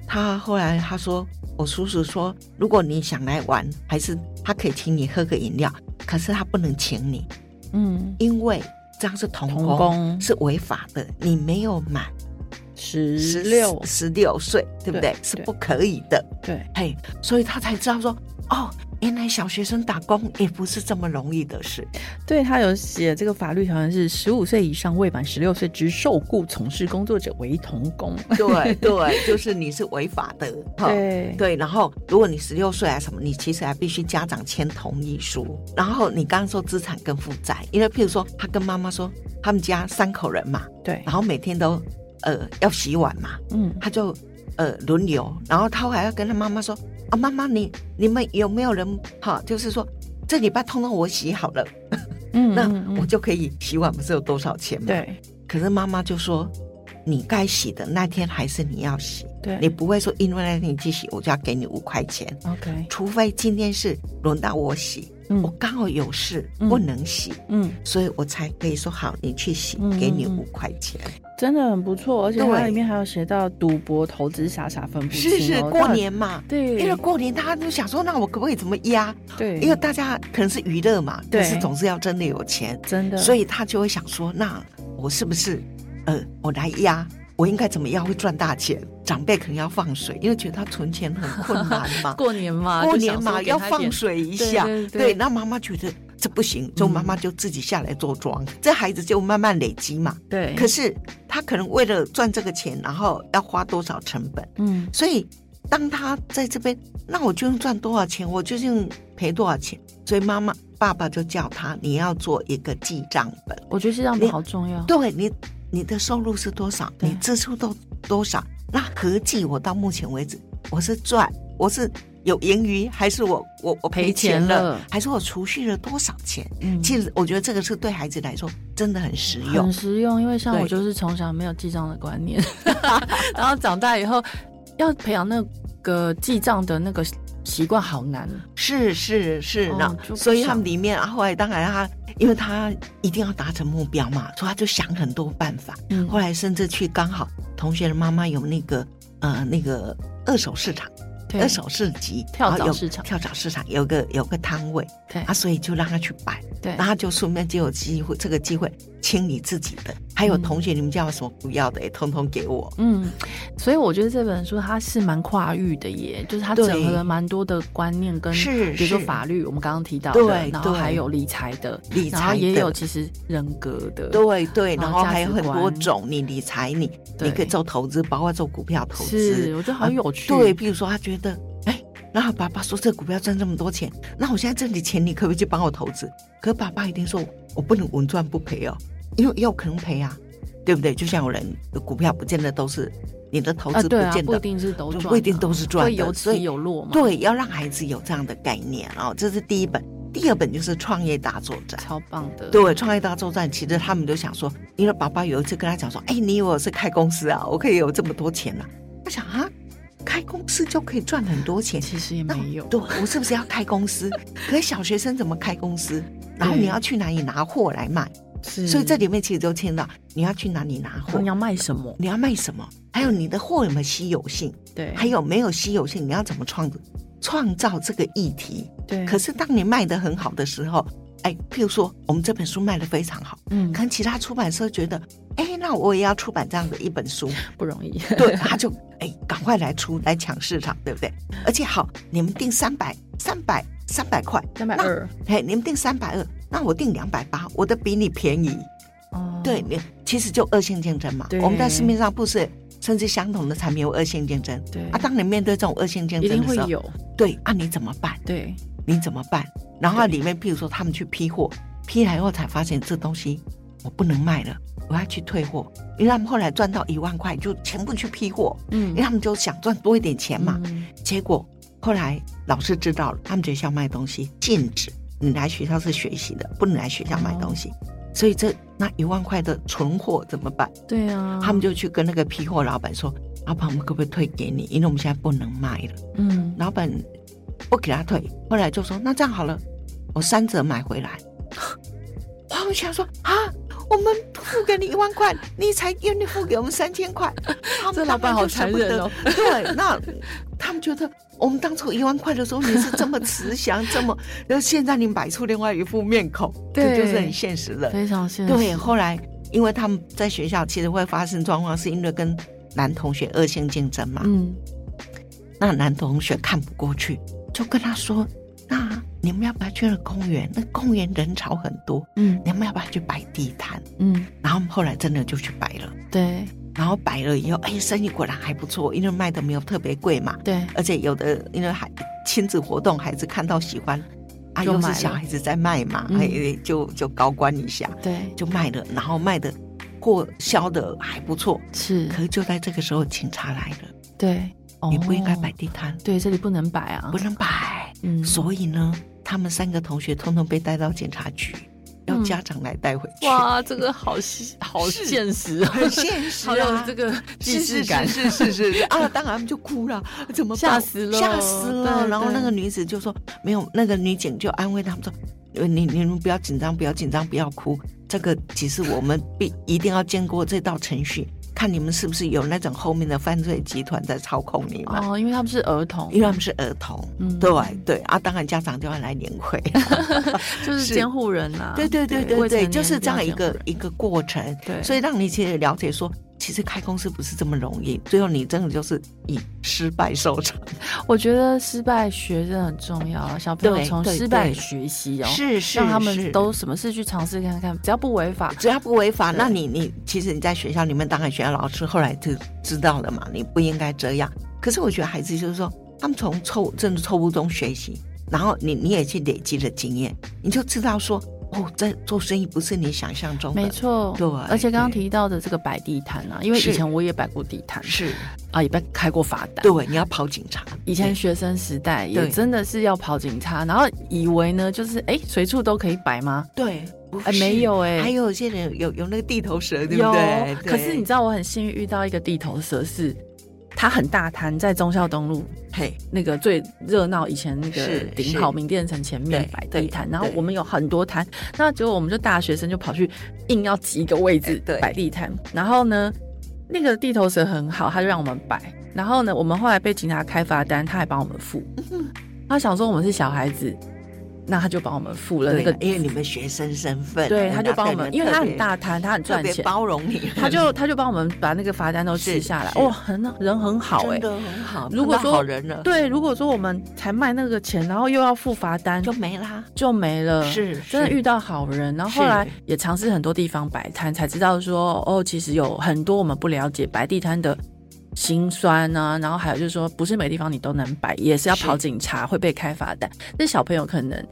Speaker 2: 他后来他说：“我叔叔说，如果你想来玩，还是他可以请你喝个饮料，可是他不能请你，
Speaker 1: 嗯，
Speaker 2: 因为这样是童工，
Speaker 1: 童工
Speaker 2: 是违法的，你没有满
Speaker 1: 十六，
Speaker 2: 十六岁，对不对？
Speaker 1: 对
Speaker 2: 是
Speaker 1: 对
Speaker 2: 不可以的。
Speaker 1: 对，
Speaker 2: 嘿，所以他才知道说，哦，原来小学生打工也不是这么容易 的事。
Speaker 1: 对他有写这个法律条文是十五岁以上未满十六岁之受雇从事工作者为童工，
Speaker 2: 对对，就是你是违法的，哈
Speaker 1: 对
Speaker 2: 对，然后如果你十六岁啊什么，你其实还必须家长签同意书。然后你刚刚说资产跟负债，因为譬如说他跟妈妈说他们家三口人嘛，
Speaker 1: 对，
Speaker 2: 然后每天都呃要洗碗嘛，
Speaker 1: 嗯，
Speaker 2: 他就呃轮流，然后他还要跟他妈妈说啊，妈妈你你们有没有人哈，就是说这礼拜通通我洗好了，
Speaker 1: 嗯，
Speaker 2: 那
Speaker 1: 嗯嗯
Speaker 2: 我就可以洗碗，不是有多少钱吗？。
Speaker 1: 对
Speaker 2: 可是妈妈就说，你该洗的那天还是你要洗，
Speaker 1: 对，
Speaker 2: 你不会说因为那天你去洗，我就要给你五块钱，
Speaker 1: OK，
Speaker 2: 除非今天是轮到我洗，我
Speaker 1: 嗯
Speaker 2: 刚好有事
Speaker 1: 嗯
Speaker 2: 不能洗，
Speaker 1: 嗯，
Speaker 2: 所以我才可以说好，你去洗
Speaker 1: 嗯，
Speaker 2: 给你
Speaker 1: 嗯嗯
Speaker 2: 五块钱。
Speaker 1: 真的很不错，而且它
Speaker 2: 对
Speaker 1: 里面还有写到赌博、投资、傻傻分不清、哦，
Speaker 2: 是是，过
Speaker 1: 到底
Speaker 2: 年嘛。
Speaker 1: 对，
Speaker 2: 因为过年大家都想说，那我可不可以怎么压？
Speaker 1: 对，
Speaker 2: 因为大家可能是娱乐嘛，可
Speaker 1: 对
Speaker 2: 是总是要真的有钱，
Speaker 1: 真的，
Speaker 2: 所
Speaker 1: 以
Speaker 2: 以他就会想说，那我是不是，呃，我来压，我应该怎么样会赚大钱？长辈可能要放水，因为觉得他存钱很困难 嘛，
Speaker 1: 过年嘛，
Speaker 2: 过
Speaker 1: 啊就想
Speaker 2: 年
Speaker 1: 说
Speaker 2: 嘛
Speaker 1: 给
Speaker 2: 要
Speaker 1: 他一
Speaker 2: 放
Speaker 1: 点
Speaker 2: 水一下，
Speaker 1: 对对嗯对
Speaker 2: 那妈妈觉得这不行，就妈妈就自己下来做庄，这孩子就慢慢累积嘛。
Speaker 1: 对，
Speaker 2: 可是他可能为了赚这个钱，然后要花多少成本？
Speaker 1: 嗯
Speaker 2: 所以当他在这边，那我究竟赚多少钱？我究竟赔多少钱？所以妈妈、爸爸就叫他，你要做一个记账本。
Speaker 1: 我觉得这样
Speaker 2: 你
Speaker 1: 好重要，
Speaker 2: 对你，你的收入是多少？
Speaker 1: 对
Speaker 2: 你支出都多少？那合计我到目前为止，我是赚，我是有盈余，还是我我我
Speaker 1: 赔
Speaker 2: 赔
Speaker 1: 钱
Speaker 2: 钱了，
Speaker 1: 了
Speaker 2: 还是我储蓄了多少钱？
Speaker 1: 嗯
Speaker 2: 其实我觉得这个是对孩子来说真的很实用
Speaker 1: 很。实用，因为像
Speaker 2: 对
Speaker 1: 我就是从小没有记账的观念， 然后长大以后要培养那个记账的那个习惯好难。
Speaker 2: 是是是，
Speaker 1: 哦
Speaker 2: 那、
Speaker 1: 就不
Speaker 2: 所以
Speaker 1: 想
Speaker 2: 他们里面啊，后来当然他，因为他一定要达成目标嘛，所以他就想很多办法。
Speaker 1: 嗯
Speaker 2: 后来甚至去刚好同学的妈妈有那个呃那个二手市场，
Speaker 1: 对
Speaker 2: 二手市集，
Speaker 1: 跳
Speaker 2: 然后
Speaker 1: 蚤
Speaker 2: 有
Speaker 1: 市场
Speaker 2: 跳蚤市场有个有个摊位
Speaker 1: 对
Speaker 2: 啊，所以就让他去摆，
Speaker 1: 对
Speaker 2: 然后他就顺便就有机会这个机会清理自己的，还有
Speaker 1: 嗯
Speaker 2: 同学你们家有什么不要的，也通通给我。
Speaker 1: 嗯，所以我觉得这本书它是蛮跨域的耶，就是它
Speaker 2: 对
Speaker 1: 整合了蛮多的观念跟，
Speaker 2: 是
Speaker 1: 比如说
Speaker 2: 是
Speaker 1: 法律，我们刚刚提到的，
Speaker 2: 对
Speaker 1: 然后
Speaker 2: 对
Speaker 1: 还有理财的，
Speaker 2: 理
Speaker 1: 然后
Speaker 2: 财
Speaker 1: 也
Speaker 2: 的
Speaker 1: 有其实人格的，
Speaker 2: 对对，
Speaker 1: 然
Speaker 2: 然
Speaker 1: 后
Speaker 2: 后还
Speaker 1: 价
Speaker 2: 有
Speaker 1: 值
Speaker 2: 很多
Speaker 1: 观
Speaker 2: 种，你理财你
Speaker 1: 对
Speaker 2: 你可以做投资，包括做股票投
Speaker 1: 是
Speaker 2: 资，
Speaker 1: 我觉得好有趣。
Speaker 2: 啊对，，比如说他觉得，哎，然后爸爸说这股票赚这么多钱，那我现在这里钱你可不可以去帮我投资？可爸爸一定说，我不能稳赚不赔哦，因为有可能赔啊，对不对？就像有人股票不见得都是你的投
Speaker 1: 啊，
Speaker 2: 资，不
Speaker 1: 对啊，
Speaker 2: 见
Speaker 1: 不
Speaker 2: 得、
Speaker 1: 一定是都
Speaker 2: 就
Speaker 1: 赚啊，
Speaker 2: 不一定都是赚
Speaker 1: 会有
Speaker 2: 的，所
Speaker 1: 起
Speaker 2: 以
Speaker 1: 有落嘛，，
Speaker 2: 对，要让孩子有这样的概念哦，这是第一本，第二本就是创业大作战。
Speaker 1: 超棒的，
Speaker 2: 对，创业大作战，其实他们就想说，因为爸爸有一次跟他讲说，哎，你以为我是开公司啊，我可以有这么多钱呐、啊？他想啊，开公司就可以赚很多钱，
Speaker 1: 其实也
Speaker 2: 那我
Speaker 1: 没有，
Speaker 2: 对，我是不是要开 公司？可是小学生怎么开公司？然后
Speaker 1: 对
Speaker 2: 你要去哪里拿货来卖？
Speaker 1: 是
Speaker 2: 所以这里面其实就牵到你要去哪里拿货
Speaker 1: 你，要卖什么？
Speaker 2: 你要卖什么，还有你的货有没有稀有性，
Speaker 1: 对，
Speaker 2: 还有没有稀有性，你要怎么创创造这个议题？
Speaker 1: 对，
Speaker 2: 可是当你卖得很好的时候，哎，譬如说我们这本书卖得非常好。
Speaker 1: 嗯
Speaker 2: 可能其他出版社觉得，哎，那我也要出版这样的一 本书，
Speaker 1: 不容易，
Speaker 2: 对，他就哎，赶快来出来抢市场，对不对？而且好，你们定三百，三百，三百块，
Speaker 1: 三百二，
Speaker 2: 哎，你们定三百二，那我定两百八，我的比你便宜，
Speaker 1: 哦
Speaker 2: 对，你其实就恶性竞争嘛。
Speaker 1: 对
Speaker 2: 我们在市面上不是甚至相同的产品有恶性竞争，
Speaker 1: 对
Speaker 2: 啊，当你面对这种恶性竞
Speaker 1: 一
Speaker 2: 争
Speaker 1: 定
Speaker 2: 的
Speaker 1: 会
Speaker 2: 时候，
Speaker 1: 有，
Speaker 2: 对啊，你怎么办？
Speaker 1: 对，
Speaker 2: 你怎么办？然后
Speaker 1: 对
Speaker 2: 里面，譬如说他们去批货，批来后才发现这东西我不能卖了，我要去退货。因为他们后来赚到一万块，就全部去批货，
Speaker 1: 嗯
Speaker 2: 因为他们就想赚多一点钱嘛。
Speaker 1: 嗯
Speaker 2: 结果后来老师知道了，他们学校卖东西禁止，你来学校是学习的，不能来学校买东西。
Speaker 1: 哦
Speaker 2: 所以这那一万块的存货怎么办？
Speaker 1: 对啊，
Speaker 2: 他们就去跟那个批货老板说：“老板，我们可不可以退给你？因为我们现在不能卖了。”
Speaker 1: 嗯，
Speaker 2: 老板不给他退，后来就说那这样好了，我三折买 回来。黄文祥说啊，我们付给你一万块，你才愿意付给我们三 千块。他们
Speaker 1: 这老板好残忍哦
Speaker 2: 当然就舍不得。对，那他们觉得我们当初一万块的时候你是这么慈 祥，这么，然后现在你摆出另外一副面孔，
Speaker 1: 对
Speaker 2: 这就是很现实的。
Speaker 1: 非常现实，
Speaker 2: 对，后来因为他们在学校其实会发生状况，是因为跟男同学恶性竞争嘛。
Speaker 1: 嗯，
Speaker 2: 那男同学看不过去，就跟他说：“那你们要不要去那个公园？那公园人潮很多，
Speaker 1: 嗯
Speaker 2: 你们要不要去摆地摊
Speaker 1: 嗯，？”
Speaker 2: 然后后来真的就去摆了，
Speaker 1: 对
Speaker 2: 然后摆了以后，哎，生意果然还不错，因为卖的没有特别贵嘛，
Speaker 1: 对，
Speaker 2: 而且有的因为还亲子活动，孩子看到喜欢，啊，
Speaker 1: 就
Speaker 2: 又
Speaker 1: 买
Speaker 2: 是
Speaker 1: 了
Speaker 2: 小孩子在卖嘛，
Speaker 1: 嗯
Speaker 2: 哎，就就高官一下
Speaker 1: 对
Speaker 2: 就卖了，然后卖的货销的还不错，
Speaker 1: 是，
Speaker 2: 可是就在这个时候，警察来了，
Speaker 1: 对，
Speaker 2: 你不应该
Speaker 1: 嗯
Speaker 2: 摆
Speaker 1: 哦，
Speaker 2: 地摊，
Speaker 1: 对，这里不能摆啊
Speaker 2: 不，能摆。
Speaker 1: 嗯，
Speaker 2: 所以呢，他们三个同学通通被带到警察局，要
Speaker 1: 嗯
Speaker 2: 家长来带回去。
Speaker 1: 哇，这个好细好
Speaker 2: 是
Speaker 1: 现实哦，
Speaker 2: 很现实
Speaker 1: 好有
Speaker 2: 啊！
Speaker 1: 这个既
Speaker 2: 是
Speaker 1: 视
Speaker 2: 是
Speaker 1: 感
Speaker 2: 是，是是是 是啊！当然他们就哭了，怎么办
Speaker 1: 吓死了
Speaker 2: 吓死
Speaker 1: 对
Speaker 2: 了！
Speaker 1: 对
Speaker 2: 然后那个女子就说没有，那个女警就安慰他们说：“呃你你们不要紧张，不要紧张，不要哭。这个其实我们必一定要经过这道程序，看你们是不是有那种后面的犯罪集团在操控你们，
Speaker 1: 哦，因为他们是儿童，
Speaker 2: 因为他们是儿童。”
Speaker 1: 嗯
Speaker 2: 对对啊，当然家长就要来领回。
Speaker 1: 就是
Speaker 2: 是
Speaker 1: 监护人啊，
Speaker 2: 对对对对
Speaker 1: 未成
Speaker 2: 对，
Speaker 1: 年
Speaker 2: 就是
Speaker 1: 不
Speaker 2: 这
Speaker 1: 要
Speaker 2: 样一
Speaker 1: 监护
Speaker 2: 个
Speaker 1: 人
Speaker 2: 一个过程。
Speaker 1: 对
Speaker 2: 所以让你其实了解说，其实开公司不是这么容易，最后你真的就是以失败收场。
Speaker 1: 我觉得失败学真的很重要，啊小朋友
Speaker 2: 对
Speaker 1: 从
Speaker 2: 对
Speaker 1: 失败
Speaker 2: 对
Speaker 1: 学习哦，
Speaker 2: 是是，
Speaker 1: 让他
Speaker 2: 是
Speaker 1: 们都什么事去尝试看看，只要不违法，
Speaker 2: 只要不违法，
Speaker 1: 对
Speaker 2: 那你你其实你在学校里面，当然学校老师后来就知道了嘛，你不应该这样。可是我觉得孩子就是说，他们从错误真的错误中学习，然后你你也去累积了经验，你就知道说，哦，在做生意不是你想象中的，
Speaker 1: 没错，
Speaker 2: 对
Speaker 1: 而且刚刚
Speaker 2: 对
Speaker 1: 提到的这个摆地摊啊，因为以
Speaker 2: 是
Speaker 1: 前我也摆过地摊，
Speaker 2: 是
Speaker 1: 啊，也被开过罚单。
Speaker 2: 对，你要跑警察，
Speaker 1: 以前学生时代也
Speaker 2: 对
Speaker 1: 真的是要跑警察，然后以为呢就是哎随处都可以摆吗？
Speaker 2: 对，不
Speaker 1: 哎
Speaker 2: 是
Speaker 1: 没有哎
Speaker 2: 还有些人有有那个地头蛇，对
Speaker 1: 有
Speaker 2: 不对？，
Speaker 1: 可是你知
Speaker 2: 对
Speaker 1: 道我很幸运遇到一个地头蛇是，它很大摊在忠孝东路
Speaker 2: 嘿，
Speaker 1: 那个最热闹以前那个
Speaker 2: 是
Speaker 1: 顶
Speaker 2: 是
Speaker 1: 好名店城前面
Speaker 2: 对
Speaker 1: 摆
Speaker 2: 对
Speaker 1: 地摊，然后
Speaker 2: 对
Speaker 1: 我们有很多摊，那结果我们就大学生就跑去硬要挤一个位置
Speaker 2: 哎对
Speaker 1: 摆地摊，然后呢，那个地头蛇很好，他就让我们摆，然后呢，我们后来被警察开罚单，他还帮我们付，
Speaker 2: 嗯
Speaker 1: 他想说我们是小孩子，那他就帮我们付了那
Speaker 2: 对
Speaker 1: 个
Speaker 2: 啊，因为你们学生身份，
Speaker 1: 对，
Speaker 2: 人
Speaker 1: 他就
Speaker 2: 家
Speaker 1: 帮我
Speaker 2: 对
Speaker 1: 们，
Speaker 2: 你
Speaker 1: 因为他
Speaker 2: 特
Speaker 1: 很
Speaker 2: 别
Speaker 1: 大摊，他很
Speaker 2: 特
Speaker 1: 赚
Speaker 2: 别
Speaker 1: 钱，
Speaker 2: 包容你，
Speaker 1: 他就他就帮我们把那个罚单都吃下来，
Speaker 2: 是是
Speaker 1: 哇、很人很好哎、
Speaker 2: 真的很好。
Speaker 1: 如果
Speaker 2: 碰到
Speaker 1: 说
Speaker 2: 好人了，
Speaker 1: 对，如果说我们才卖那个钱，然后又要付罚单，
Speaker 2: 就
Speaker 1: 就
Speaker 2: 没啦。
Speaker 1: 就没了。
Speaker 2: 是
Speaker 1: 真的
Speaker 2: 是
Speaker 1: 遇到好人，然后后
Speaker 2: 是
Speaker 1: 来也尝试很多地方摆摊，才知道说哦，其实有很多我们不了解摆地摊的辛酸啊。然后还有就是说，不是每地方你都能摆，也是要
Speaker 2: 是
Speaker 1: 跑警察会被开罚单。那小朋友可能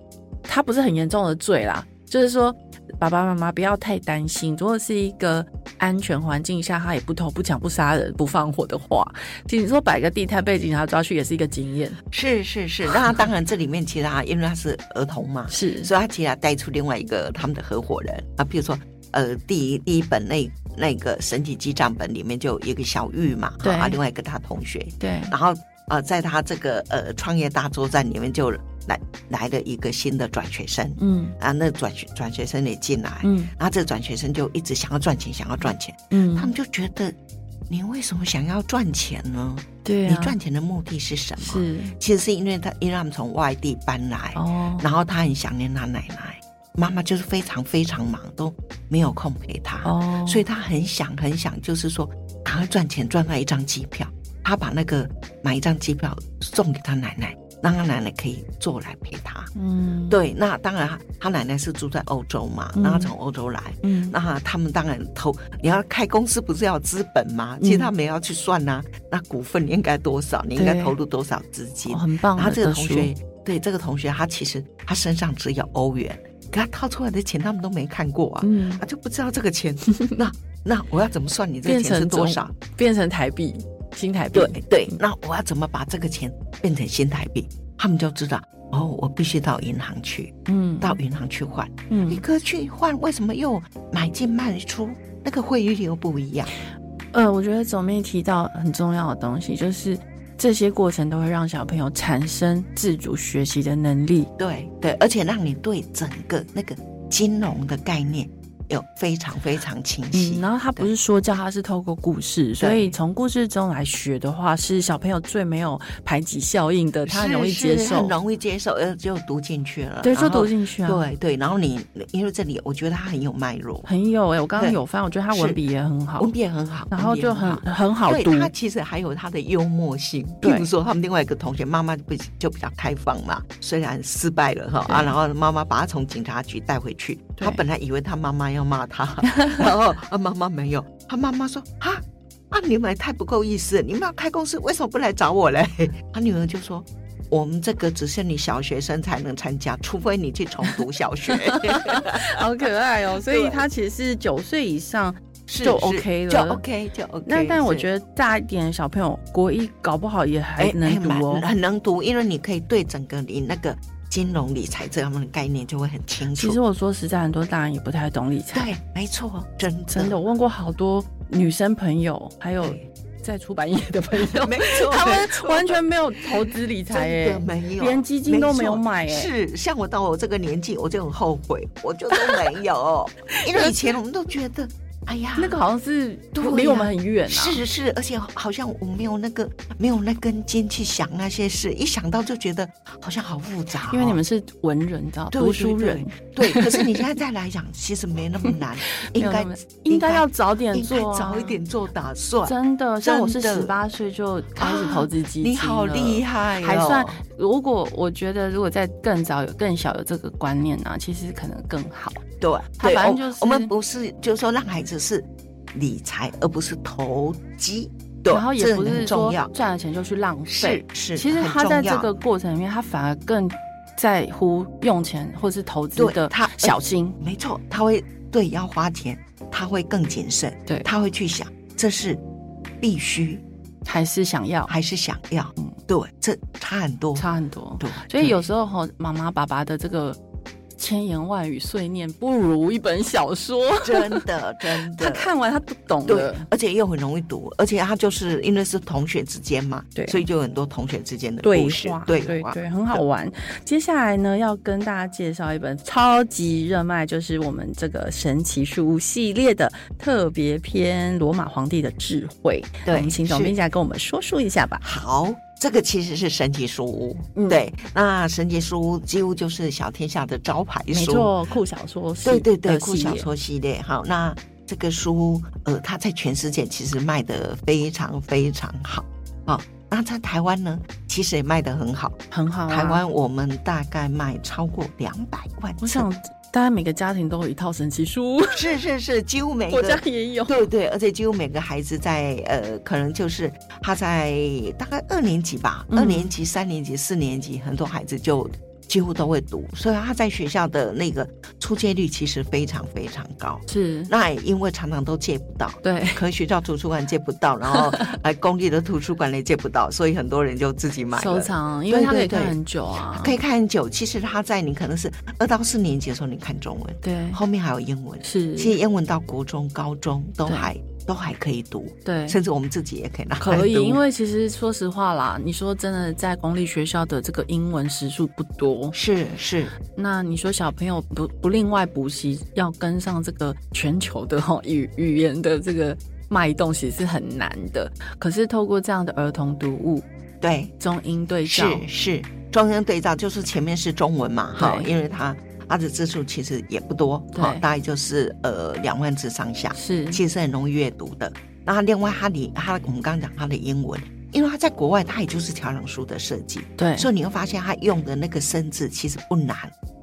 Speaker 1: 他不是很严重的罪啦，就是说爸爸妈妈不要太担心，如果是一个安全环境下，他也不偷不抢不杀人不放火的话，其实你说摆个地摊被警察抓去也是一个经验，
Speaker 2: 是是是，那当然这里面其他，因为他是儿童嘛，
Speaker 1: 是
Speaker 2: 所以他其实还带出另外一个他们的合伙人啊，比如说呃，第一第一本那那个神奇记账本里面就有一个小玉嘛，
Speaker 1: 对
Speaker 2: 啊，另外一个他同学，
Speaker 1: 对
Speaker 2: 然后呃，在他这个呃创业大作战里面就来来了一个新的转学生
Speaker 1: 嗯
Speaker 2: 啊，那转学转学生也进来，
Speaker 1: 嗯
Speaker 2: 然后这转学生就一直想要赚钱，想要赚钱，
Speaker 1: 嗯，
Speaker 2: 他们就觉得你为什么想要赚钱呢？
Speaker 1: 对啊，
Speaker 2: 你赚钱的目的是什么？
Speaker 1: 是
Speaker 2: 其实是因为他，因为他们从外地搬来，
Speaker 1: 哦，
Speaker 2: 然后他很想念他奶奶，妈妈就是非常非常忙，都没有空陪他，
Speaker 1: 哦，
Speaker 2: 所以他很想很想，就是说赶快赚钱赚到一张机票，他把那个买一张机票送给他奶奶，让他奶奶可以坐来陪他。
Speaker 1: 嗯，
Speaker 2: 对，那当然他，他奶奶是住在欧洲嘛，
Speaker 1: 嗯
Speaker 2: 然后从欧洲来，
Speaker 1: 嗯，
Speaker 2: 那他们当然投，你要开公司不是要有资本
Speaker 1: 嗯
Speaker 2: 吗？其实他们也要去算呐、那股份应该多少，你应该
Speaker 1: 对
Speaker 2: 投入多少资金
Speaker 1: 哦、？很棒
Speaker 2: 然
Speaker 1: 的
Speaker 2: 后这个
Speaker 1: 的
Speaker 2: 同
Speaker 1: 书，
Speaker 2: 学，对这个同学，他其实他身上只有欧元，可他掏出来的钱他们都没看过啊，
Speaker 1: 嗯，
Speaker 2: 他就不知道这 个钱。那那我要怎么算你这个
Speaker 1: 变
Speaker 2: 钱是
Speaker 1: 成
Speaker 2: 多
Speaker 1: 中嗯
Speaker 2: 少？
Speaker 1: 变成台币，新台币，
Speaker 2: 对对，那我要怎么把这个钱变成新台币？他们就知道哦，我必须到银行去，
Speaker 1: 嗯，
Speaker 2: 到银行去换。
Speaker 1: 嗯
Speaker 2: 你哥去换，为什么又买进卖出？那个汇率又不一样。
Speaker 1: 呃，我觉得总妹提到很重要的东西，就是这些过程都会让小朋友产生自主学习的能力，嗯
Speaker 2: 对对，而且让你对整个那个金融的概念有非常非常清晰。
Speaker 1: 嗯，然后他不是说教，他是透过故事，所以从故事中来学的话，是小朋友最没有排挤效应的，他很容易
Speaker 2: 是
Speaker 1: 接
Speaker 2: 是
Speaker 1: 受
Speaker 2: 很，容易接受，呃，就读进去了。
Speaker 1: 对，
Speaker 2: 然
Speaker 1: 就
Speaker 2: 后
Speaker 1: 读进去啊，
Speaker 2: 对对，然后你因为这里，我觉得他很有脉络，
Speaker 1: 很有哎、我刚刚
Speaker 2: 对
Speaker 1: 有翻，我觉得他
Speaker 2: 是
Speaker 1: 文笔也很好
Speaker 2: 文，笔也很好，
Speaker 1: 然后
Speaker 2: 文笔也
Speaker 1: 就很
Speaker 2: 好
Speaker 1: 很好
Speaker 2: 对
Speaker 1: 读，
Speaker 2: 他其实还有他的幽默性，
Speaker 1: 对
Speaker 2: 譬如说他们另外一个同学妈妈不就比较开放嘛，虽然失败了哈啊，
Speaker 1: 对
Speaker 2: 然后妈妈把他从警察局带回去，
Speaker 1: 对
Speaker 2: 他本来以为他妈妈要骂他， 然后啊妈妈没有，他妈妈说啊啊你们也太不够意思了，你们要开公司为什么不来找我嘞？ 他女儿就说。我们这个只限你小学生才能参加，除非你去重读小学，
Speaker 1: 好可爱 哦！所以
Speaker 2: 对
Speaker 1: 他其实是九岁以上。
Speaker 2: 是
Speaker 1: 就是 OK 了
Speaker 2: 就 OK，就 OK 是。
Speaker 1: 那但我觉得大一点的小朋友，国一搞不好也还能读哦
Speaker 2: 哎蛮。很能读，因为你可以对整个你那个金融理财这方面的概念就会很清楚。
Speaker 1: 其实我说实在，很多大人也不太懂理财。
Speaker 2: 对，没错，真的
Speaker 1: 真的，我问过好多女生朋友，还有
Speaker 2: 对
Speaker 1: 在出版业的朋 友，
Speaker 2: 没错，
Speaker 1: 他
Speaker 2: 没
Speaker 1: 们
Speaker 2: 错
Speaker 1: 完全没有投资理 财
Speaker 2: 真的
Speaker 1: 诶。
Speaker 2: 没有，
Speaker 1: 连基金都没有
Speaker 2: 错
Speaker 1: 买哎
Speaker 2: 是，像我到我这个年纪，我就很后悔，我就都没 有，因为以前我们都觉得，哎呀，
Speaker 1: 那个好啊像是
Speaker 2: 对呀
Speaker 1: 离我们很远啊。
Speaker 2: 是是，而且好像我没有那个没有那根筋去想那些事，一想到就觉得好像好复杂哦、
Speaker 1: 因为你们是文人，你知道，
Speaker 2: 对
Speaker 1: 读书人
Speaker 2: 对，可是你现在再来讲，其实没那么 难，应
Speaker 1: 没有
Speaker 2: 该
Speaker 1: 那么应该要早点
Speaker 2: 应该
Speaker 1: 做啊，
Speaker 2: 早一点做打算。
Speaker 1: 真的，像我是
Speaker 2: 真的啊
Speaker 1: 十八岁就开始投资基金、
Speaker 2: 你好厉！害、哦，
Speaker 1: 还算，如果我觉得，如果在更早有更小有这个观念啊，其实可能更好。
Speaker 2: 对，
Speaker 1: 他
Speaker 2: 对
Speaker 1: 反正
Speaker 2: 我
Speaker 1: 就是
Speaker 2: 我们不是，就是说让孩子是理财，而不是投机，对，
Speaker 1: 然后也
Speaker 2: 这
Speaker 1: 不是说
Speaker 2: 很重要，
Speaker 1: 赚了钱就去浪
Speaker 2: 是
Speaker 1: 费。
Speaker 2: 是，
Speaker 1: 其实
Speaker 2: 很
Speaker 1: 他在
Speaker 2: 重
Speaker 1: 这
Speaker 2: 要
Speaker 1: 个过程里面，他反而更在乎用钱或是投资
Speaker 2: 对
Speaker 1: 的
Speaker 2: 他
Speaker 1: 小心。
Speaker 2: 没错，他会对要花钱，他会更谨慎，
Speaker 1: 对
Speaker 2: 他会去想这是必须
Speaker 1: 还是想要
Speaker 2: 还是想要，
Speaker 1: 嗯
Speaker 2: 对，这差很多。
Speaker 1: 差很多。
Speaker 2: 对，
Speaker 1: 所以
Speaker 2: 对
Speaker 1: 有时候哈，妈妈爸爸的这个千言万语碎念，不如一本小说。
Speaker 2: 真的真
Speaker 1: 他
Speaker 2: 的。
Speaker 1: 看完他不懂
Speaker 2: 对
Speaker 1: 的，，
Speaker 2: 而且又很容易读，而且他就是因为是同学之间嘛，
Speaker 1: 对
Speaker 2: 所以就有很多同学之间的
Speaker 1: 对
Speaker 2: 故事
Speaker 1: 话，，
Speaker 2: 对啊
Speaker 1: 对
Speaker 2: 话，
Speaker 1: 对，很好玩。接下来呢，要跟大家介绍一本超级热卖，就是我们这个神奇书屋系列的特别篇《罗马皇帝的智慧》。
Speaker 2: 对
Speaker 1: 我们请总
Speaker 2: 是
Speaker 1: 编辑来跟我们说书一下吧。
Speaker 2: 好，这个其实是神奇书屋，
Speaker 1: 嗯
Speaker 2: 对，那神奇书屋几乎就是小天下的招牌
Speaker 1: 没
Speaker 2: 书，
Speaker 1: 错，酷小说系
Speaker 2: 对对对，
Speaker 1: 的
Speaker 2: 酷
Speaker 1: 系
Speaker 2: 小
Speaker 1: 列
Speaker 2: 说系列。好，那这个书，呃，它在全世界其实卖的非常非常好，好、那在台湾呢，其实也卖得很好。
Speaker 1: 很好、啊。
Speaker 2: 台，湾我们大概卖超过两百万册，
Speaker 1: 我想大家每个家庭都有一套神奇书，
Speaker 2: 是是是，几乎每
Speaker 1: 我家
Speaker 2: 个。
Speaker 1: 也有。
Speaker 2: 对对，而且几乎每个孩子在呃，可能就是他在大概二年级吧，
Speaker 1: 嗯
Speaker 2: 二年级、三年级、四年级，很多孩子就几乎都会读，所以他在学校的那个出借率其实非常非常高。
Speaker 1: 是，
Speaker 2: 那也因为常常都借不到，
Speaker 1: 对，
Speaker 2: 可能学校图书馆借不到，然后呃公立的图书馆也借不到，所以很多人就自己买
Speaker 1: 收
Speaker 2: 了。
Speaker 1: 藏，因为它可以
Speaker 2: 对对
Speaker 1: 看
Speaker 2: 对
Speaker 1: 很久啊。
Speaker 2: 可以看很久，其实他在你可能是二到四年级的时候，你看中文，
Speaker 1: 对，
Speaker 2: 后面还有英文。
Speaker 1: 是，
Speaker 2: 其实英文到国中、高中都
Speaker 1: 对
Speaker 2: 还都还可以读，
Speaker 1: 对，
Speaker 2: 甚至我们自己也可以拿来
Speaker 1: 可以，
Speaker 2: 读
Speaker 1: 因为其实说实话啦，你说真的，在公立学校的这个英文时数不多，
Speaker 2: 是是，
Speaker 1: 那你说小朋友不不另外补习，要跟上这个全球的 哈、语语言的这个脉动，其实是很难的。可是透过这样的儿童读物，
Speaker 2: 对，
Speaker 1: 中英对照，
Speaker 2: 是是，中英对照就是前面是中文嘛，哈，
Speaker 1: 对
Speaker 2: 因为它它的字数其实也不多，哈，
Speaker 1: 对
Speaker 2: 大概就是呃两万字上下，
Speaker 1: 是
Speaker 2: 其实很容易阅读的。那另外它里它我们刚刚讲它的英文，因为它在国外它也就是桥梁书的设计，
Speaker 1: 对，
Speaker 2: 所以你会发现它用的那个生字其实不难。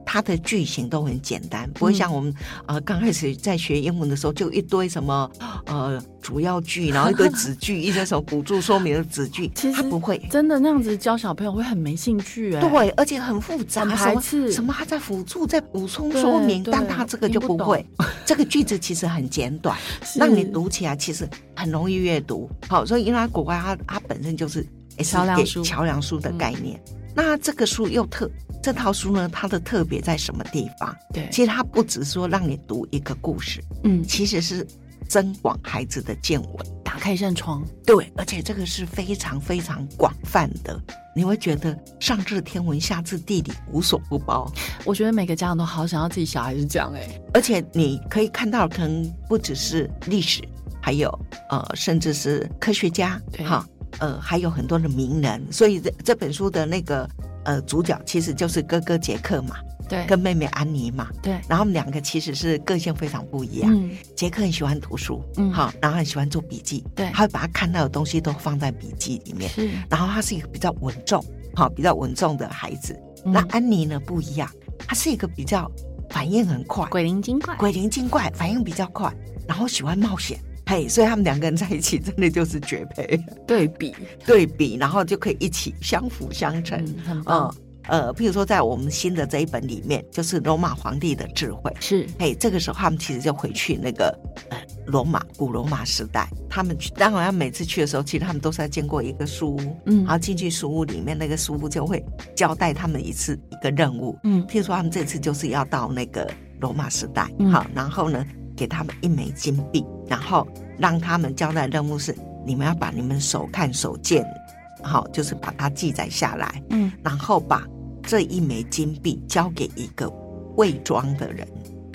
Speaker 2: 它的句型都很简单，不会
Speaker 1: 嗯
Speaker 2: 像我们啊、呃刚开始在学英文的时候，就一堆什么呃主要句，然后一堆 子句，一堆什么辅助说明的子句
Speaker 1: 其，
Speaker 2: 它
Speaker 1: 实
Speaker 2: 不会。
Speaker 1: 真的那样子教小朋友会很没兴趣哎、
Speaker 2: 对，啊而且很复杂，
Speaker 1: 很
Speaker 2: 什
Speaker 1: 排
Speaker 2: 么
Speaker 1: 斥
Speaker 2: 什么他在辅助，在补充
Speaker 1: 对
Speaker 2: 说明，
Speaker 1: 对
Speaker 2: 但他这个就
Speaker 1: 听不
Speaker 2: 不会。这个句子其实很简短，
Speaker 1: 是
Speaker 2: 让你读起来其实很容易阅读。好，所以因为它国外它它本身就是也是
Speaker 1: 桥梁
Speaker 2: 给
Speaker 1: 书嗯
Speaker 2: 桥梁书的概念。那这个书又特这套书呢，它的特别在什么地方？
Speaker 1: 对，
Speaker 2: 其实它不只说让你读一个故事，
Speaker 1: 嗯，
Speaker 2: 其实是增广孩子的见闻。
Speaker 1: 打开一扇窗，
Speaker 2: 对，而且这个是非常非常广泛的，你会觉得上至天文，下至地理，无所不包。
Speaker 1: 我觉得每个家长都好想要自己小孩是这样哎、
Speaker 2: 而且你可以看到，可能不只是历史，还有呃，甚至是科学家
Speaker 1: 对，
Speaker 2: 哈，呃，还有很多的名人。所以这这本书的那个呃主角其实就是哥哥杰克嘛，
Speaker 1: 对
Speaker 2: 跟妹妹安妮嘛，
Speaker 1: 对，
Speaker 2: 然后他们两个其实是个性非常不一样。
Speaker 1: 嗯
Speaker 2: 杰克很喜欢读书，
Speaker 1: 嗯
Speaker 2: 好，然后很喜欢做笔记，
Speaker 1: 对
Speaker 2: 他会把他看到的东西都放在笔记里面。
Speaker 1: 是，
Speaker 2: 然后他是一个比较稳重，好、比较稳重的孩子。那
Speaker 1: 嗯
Speaker 2: 安妮呢不一样，她是一个比较反应很快，
Speaker 1: 鬼灵精怪，
Speaker 2: 鬼灵精怪，反应比较快，然后喜欢冒险。嘿，所以他们两个人在一起真的就是绝配
Speaker 1: 对比，
Speaker 2: 对比，然后就可以一起相辅相成。
Speaker 1: 嗯，很棒
Speaker 2: 嗯。呃，譬如说，在我们新的这一本里面，就是罗马皇帝的智慧。
Speaker 1: 是
Speaker 2: 嘿，这个时候他们其实就回去那个呃罗马古罗马时代，他们去，当然他们每次去的时候，其实他们都是要经过一个书屋，
Speaker 1: 嗯
Speaker 2: 然后进去书屋里面，那个书屋就会交代他们一次一个任务，
Speaker 1: 嗯，
Speaker 2: 譬如说他们这次就是要到那个罗马时代，
Speaker 1: 嗯
Speaker 2: 好，然后呢给他们一枚金币，然后让他们交代任务是你们要把你们手看手见，好，就是把它记载下来，
Speaker 1: 嗯，
Speaker 2: 然后把这一枚金币交给一个伪装的人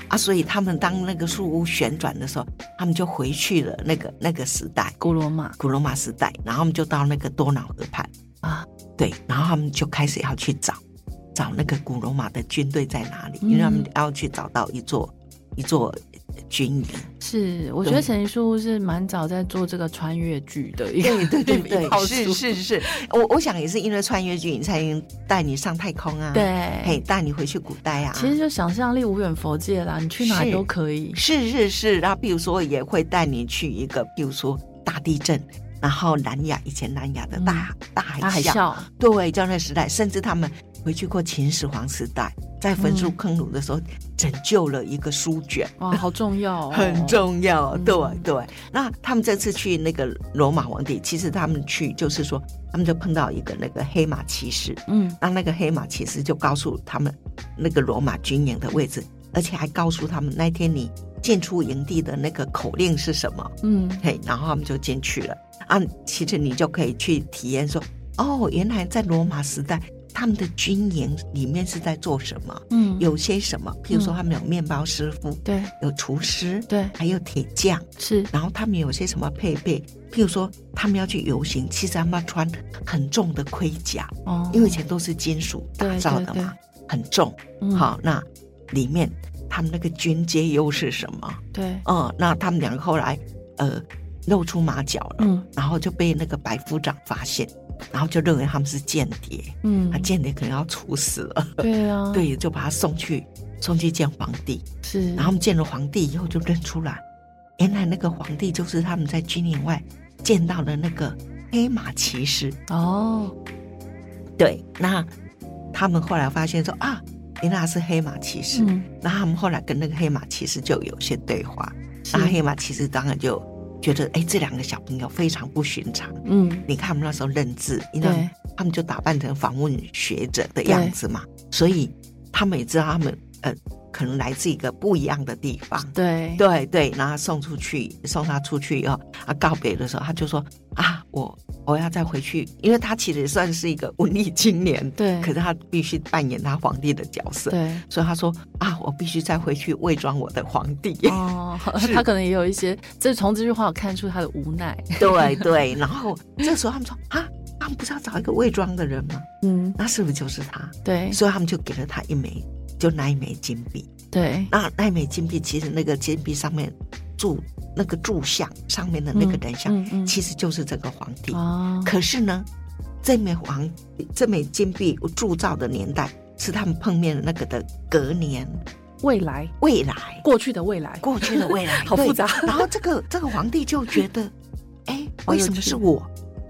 Speaker 2: 啊，所以他们当那个树屋旋转的时候，他们就回去了那个那个时代，
Speaker 1: 古罗马
Speaker 2: 古罗马时代，然后他们就到那个多瑙河畔
Speaker 1: 啊，
Speaker 2: 对，然后他们就开始要去找找那个古罗马的军队在哪里，
Speaker 1: 嗯
Speaker 2: 因为他们要去找到一座一座军营。
Speaker 1: 是，我觉得
Speaker 2: 对
Speaker 1: 陈述是蛮早在做这个穿越剧的一个
Speaker 2: 对对
Speaker 1: 一
Speaker 2: 对对，
Speaker 1: 套
Speaker 2: 是
Speaker 1: 书
Speaker 2: 是是，我我想也是因为穿越剧，你才能带你上太空啊，，嘿，
Speaker 1: 对，
Speaker 2: 带你回去古代啊。
Speaker 1: 其实就想象力无远佛界啦，你去哪里
Speaker 2: 是
Speaker 1: 都可以，
Speaker 2: 是是是，然后比如说也会带你去一个，比如说大地震，嗯然后南亚以前南亚的大、大海
Speaker 1: 他还
Speaker 2: 啸，
Speaker 1: 笑，
Speaker 2: 对，教那时代，甚至他们回去过秦始皇时代，在焚书坑儒的时候，拯救了一个书卷，
Speaker 1: 哇，好重要、哦，
Speaker 2: 很重要。
Speaker 1: 嗯
Speaker 2: 对对，那他们这次去那个罗马皇帝，其实他们去就是说，他们就碰到一个那个黑马骑士，
Speaker 1: 嗯，
Speaker 2: 那那个黑马骑士就告诉他们那个罗马军营的位置，而且还告诉他们那天你进出营地的那个口令是什么。
Speaker 1: 嗯
Speaker 2: 嘿，然后他们就进去了啊。其实你就可以去体验说，哦，原来在罗马时代，他们的军营里面是在做什么，
Speaker 1: 嗯，
Speaker 2: 有些什么，譬如说他们有面包师傅，
Speaker 1: 对
Speaker 2: 有厨师，
Speaker 1: 对
Speaker 2: 还有铁匠，
Speaker 1: 是，
Speaker 2: 然后他们有些什么配备，譬如说他们要去游行，其实他们要穿很重的盔甲，
Speaker 1: 哦，
Speaker 2: 因为以前都是金属打
Speaker 1: 对
Speaker 2: 造
Speaker 1: 对
Speaker 2: 的
Speaker 1: 嗯对
Speaker 2: 嘛，很重。
Speaker 1: 嗯，
Speaker 2: 好，那里面他们那个军阶又是什么？
Speaker 1: 对，
Speaker 2: 嗯，那他们两个后来呃露出马脚了，
Speaker 1: 嗯
Speaker 2: 然后就被那个白夫长发现，然后就认为他们是间谍，
Speaker 1: 嗯
Speaker 2: 啊，，间谍可能要处死了，
Speaker 1: 对啊，，
Speaker 2: 对，就把他送去送去见皇帝，
Speaker 1: 是，
Speaker 2: 然后他们见了皇帝以后就认出来，原来那个皇帝就是他们在军营外见到的那个黑马骑士，
Speaker 1: 哦，
Speaker 2: 对，那他们后来发现说啊，原来他是黑马骑士，
Speaker 1: 嗯，
Speaker 2: 那他们后来跟那个黑马骑士就有些对话，
Speaker 1: 是
Speaker 2: 那，黑马其实当然就觉得，哎，这两个小朋友非常不寻常。
Speaker 1: 嗯，
Speaker 2: 你看他们那时候认字，因
Speaker 1: 对
Speaker 2: 为他们就打扮成访问学者的样子嘛，所以他们也知道他们呃可能来自一个不一样的地方。
Speaker 1: 对，
Speaker 2: 对对，然后送出去，送他出去以后，啊，告别的时候，他就说啊，我我要再回去，因为他其实算是一个文艺青年，
Speaker 1: 对
Speaker 2: 可是他必须扮演他皇帝的角色，
Speaker 1: 对，
Speaker 2: 所以他说啊，我必须再回去伪装我的皇帝。
Speaker 1: 哦，好
Speaker 2: 是
Speaker 1: 他可能也有一些，这从这句话我看出他的无奈，
Speaker 2: 对对，然后这时候他们说啊，他们不是要找一个伪装的人吗？
Speaker 1: 嗯，
Speaker 2: 那是不是就是他？
Speaker 1: 对
Speaker 2: 所以他们就给了他一枚，就那一枚金币。
Speaker 1: 对，
Speaker 2: 那那一枚金币，其实那个金币上面铸那个柱像上面的那个人像，
Speaker 1: 嗯嗯，
Speaker 2: 其实就是这个皇帝。
Speaker 1: 哦，
Speaker 2: 可是呢，这枚皇这枚金币铸造的年代是他们碰面的那个的隔年，
Speaker 1: 未来，
Speaker 2: 未来
Speaker 1: 过去的未来，
Speaker 2: 过去的未来，
Speaker 1: 好
Speaker 2: 对
Speaker 1: 复杂
Speaker 2: 然后这个这个皇帝就觉得，哎，
Speaker 1: 好有
Speaker 2: 为什么
Speaker 1: 趣
Speaker 2: 是我？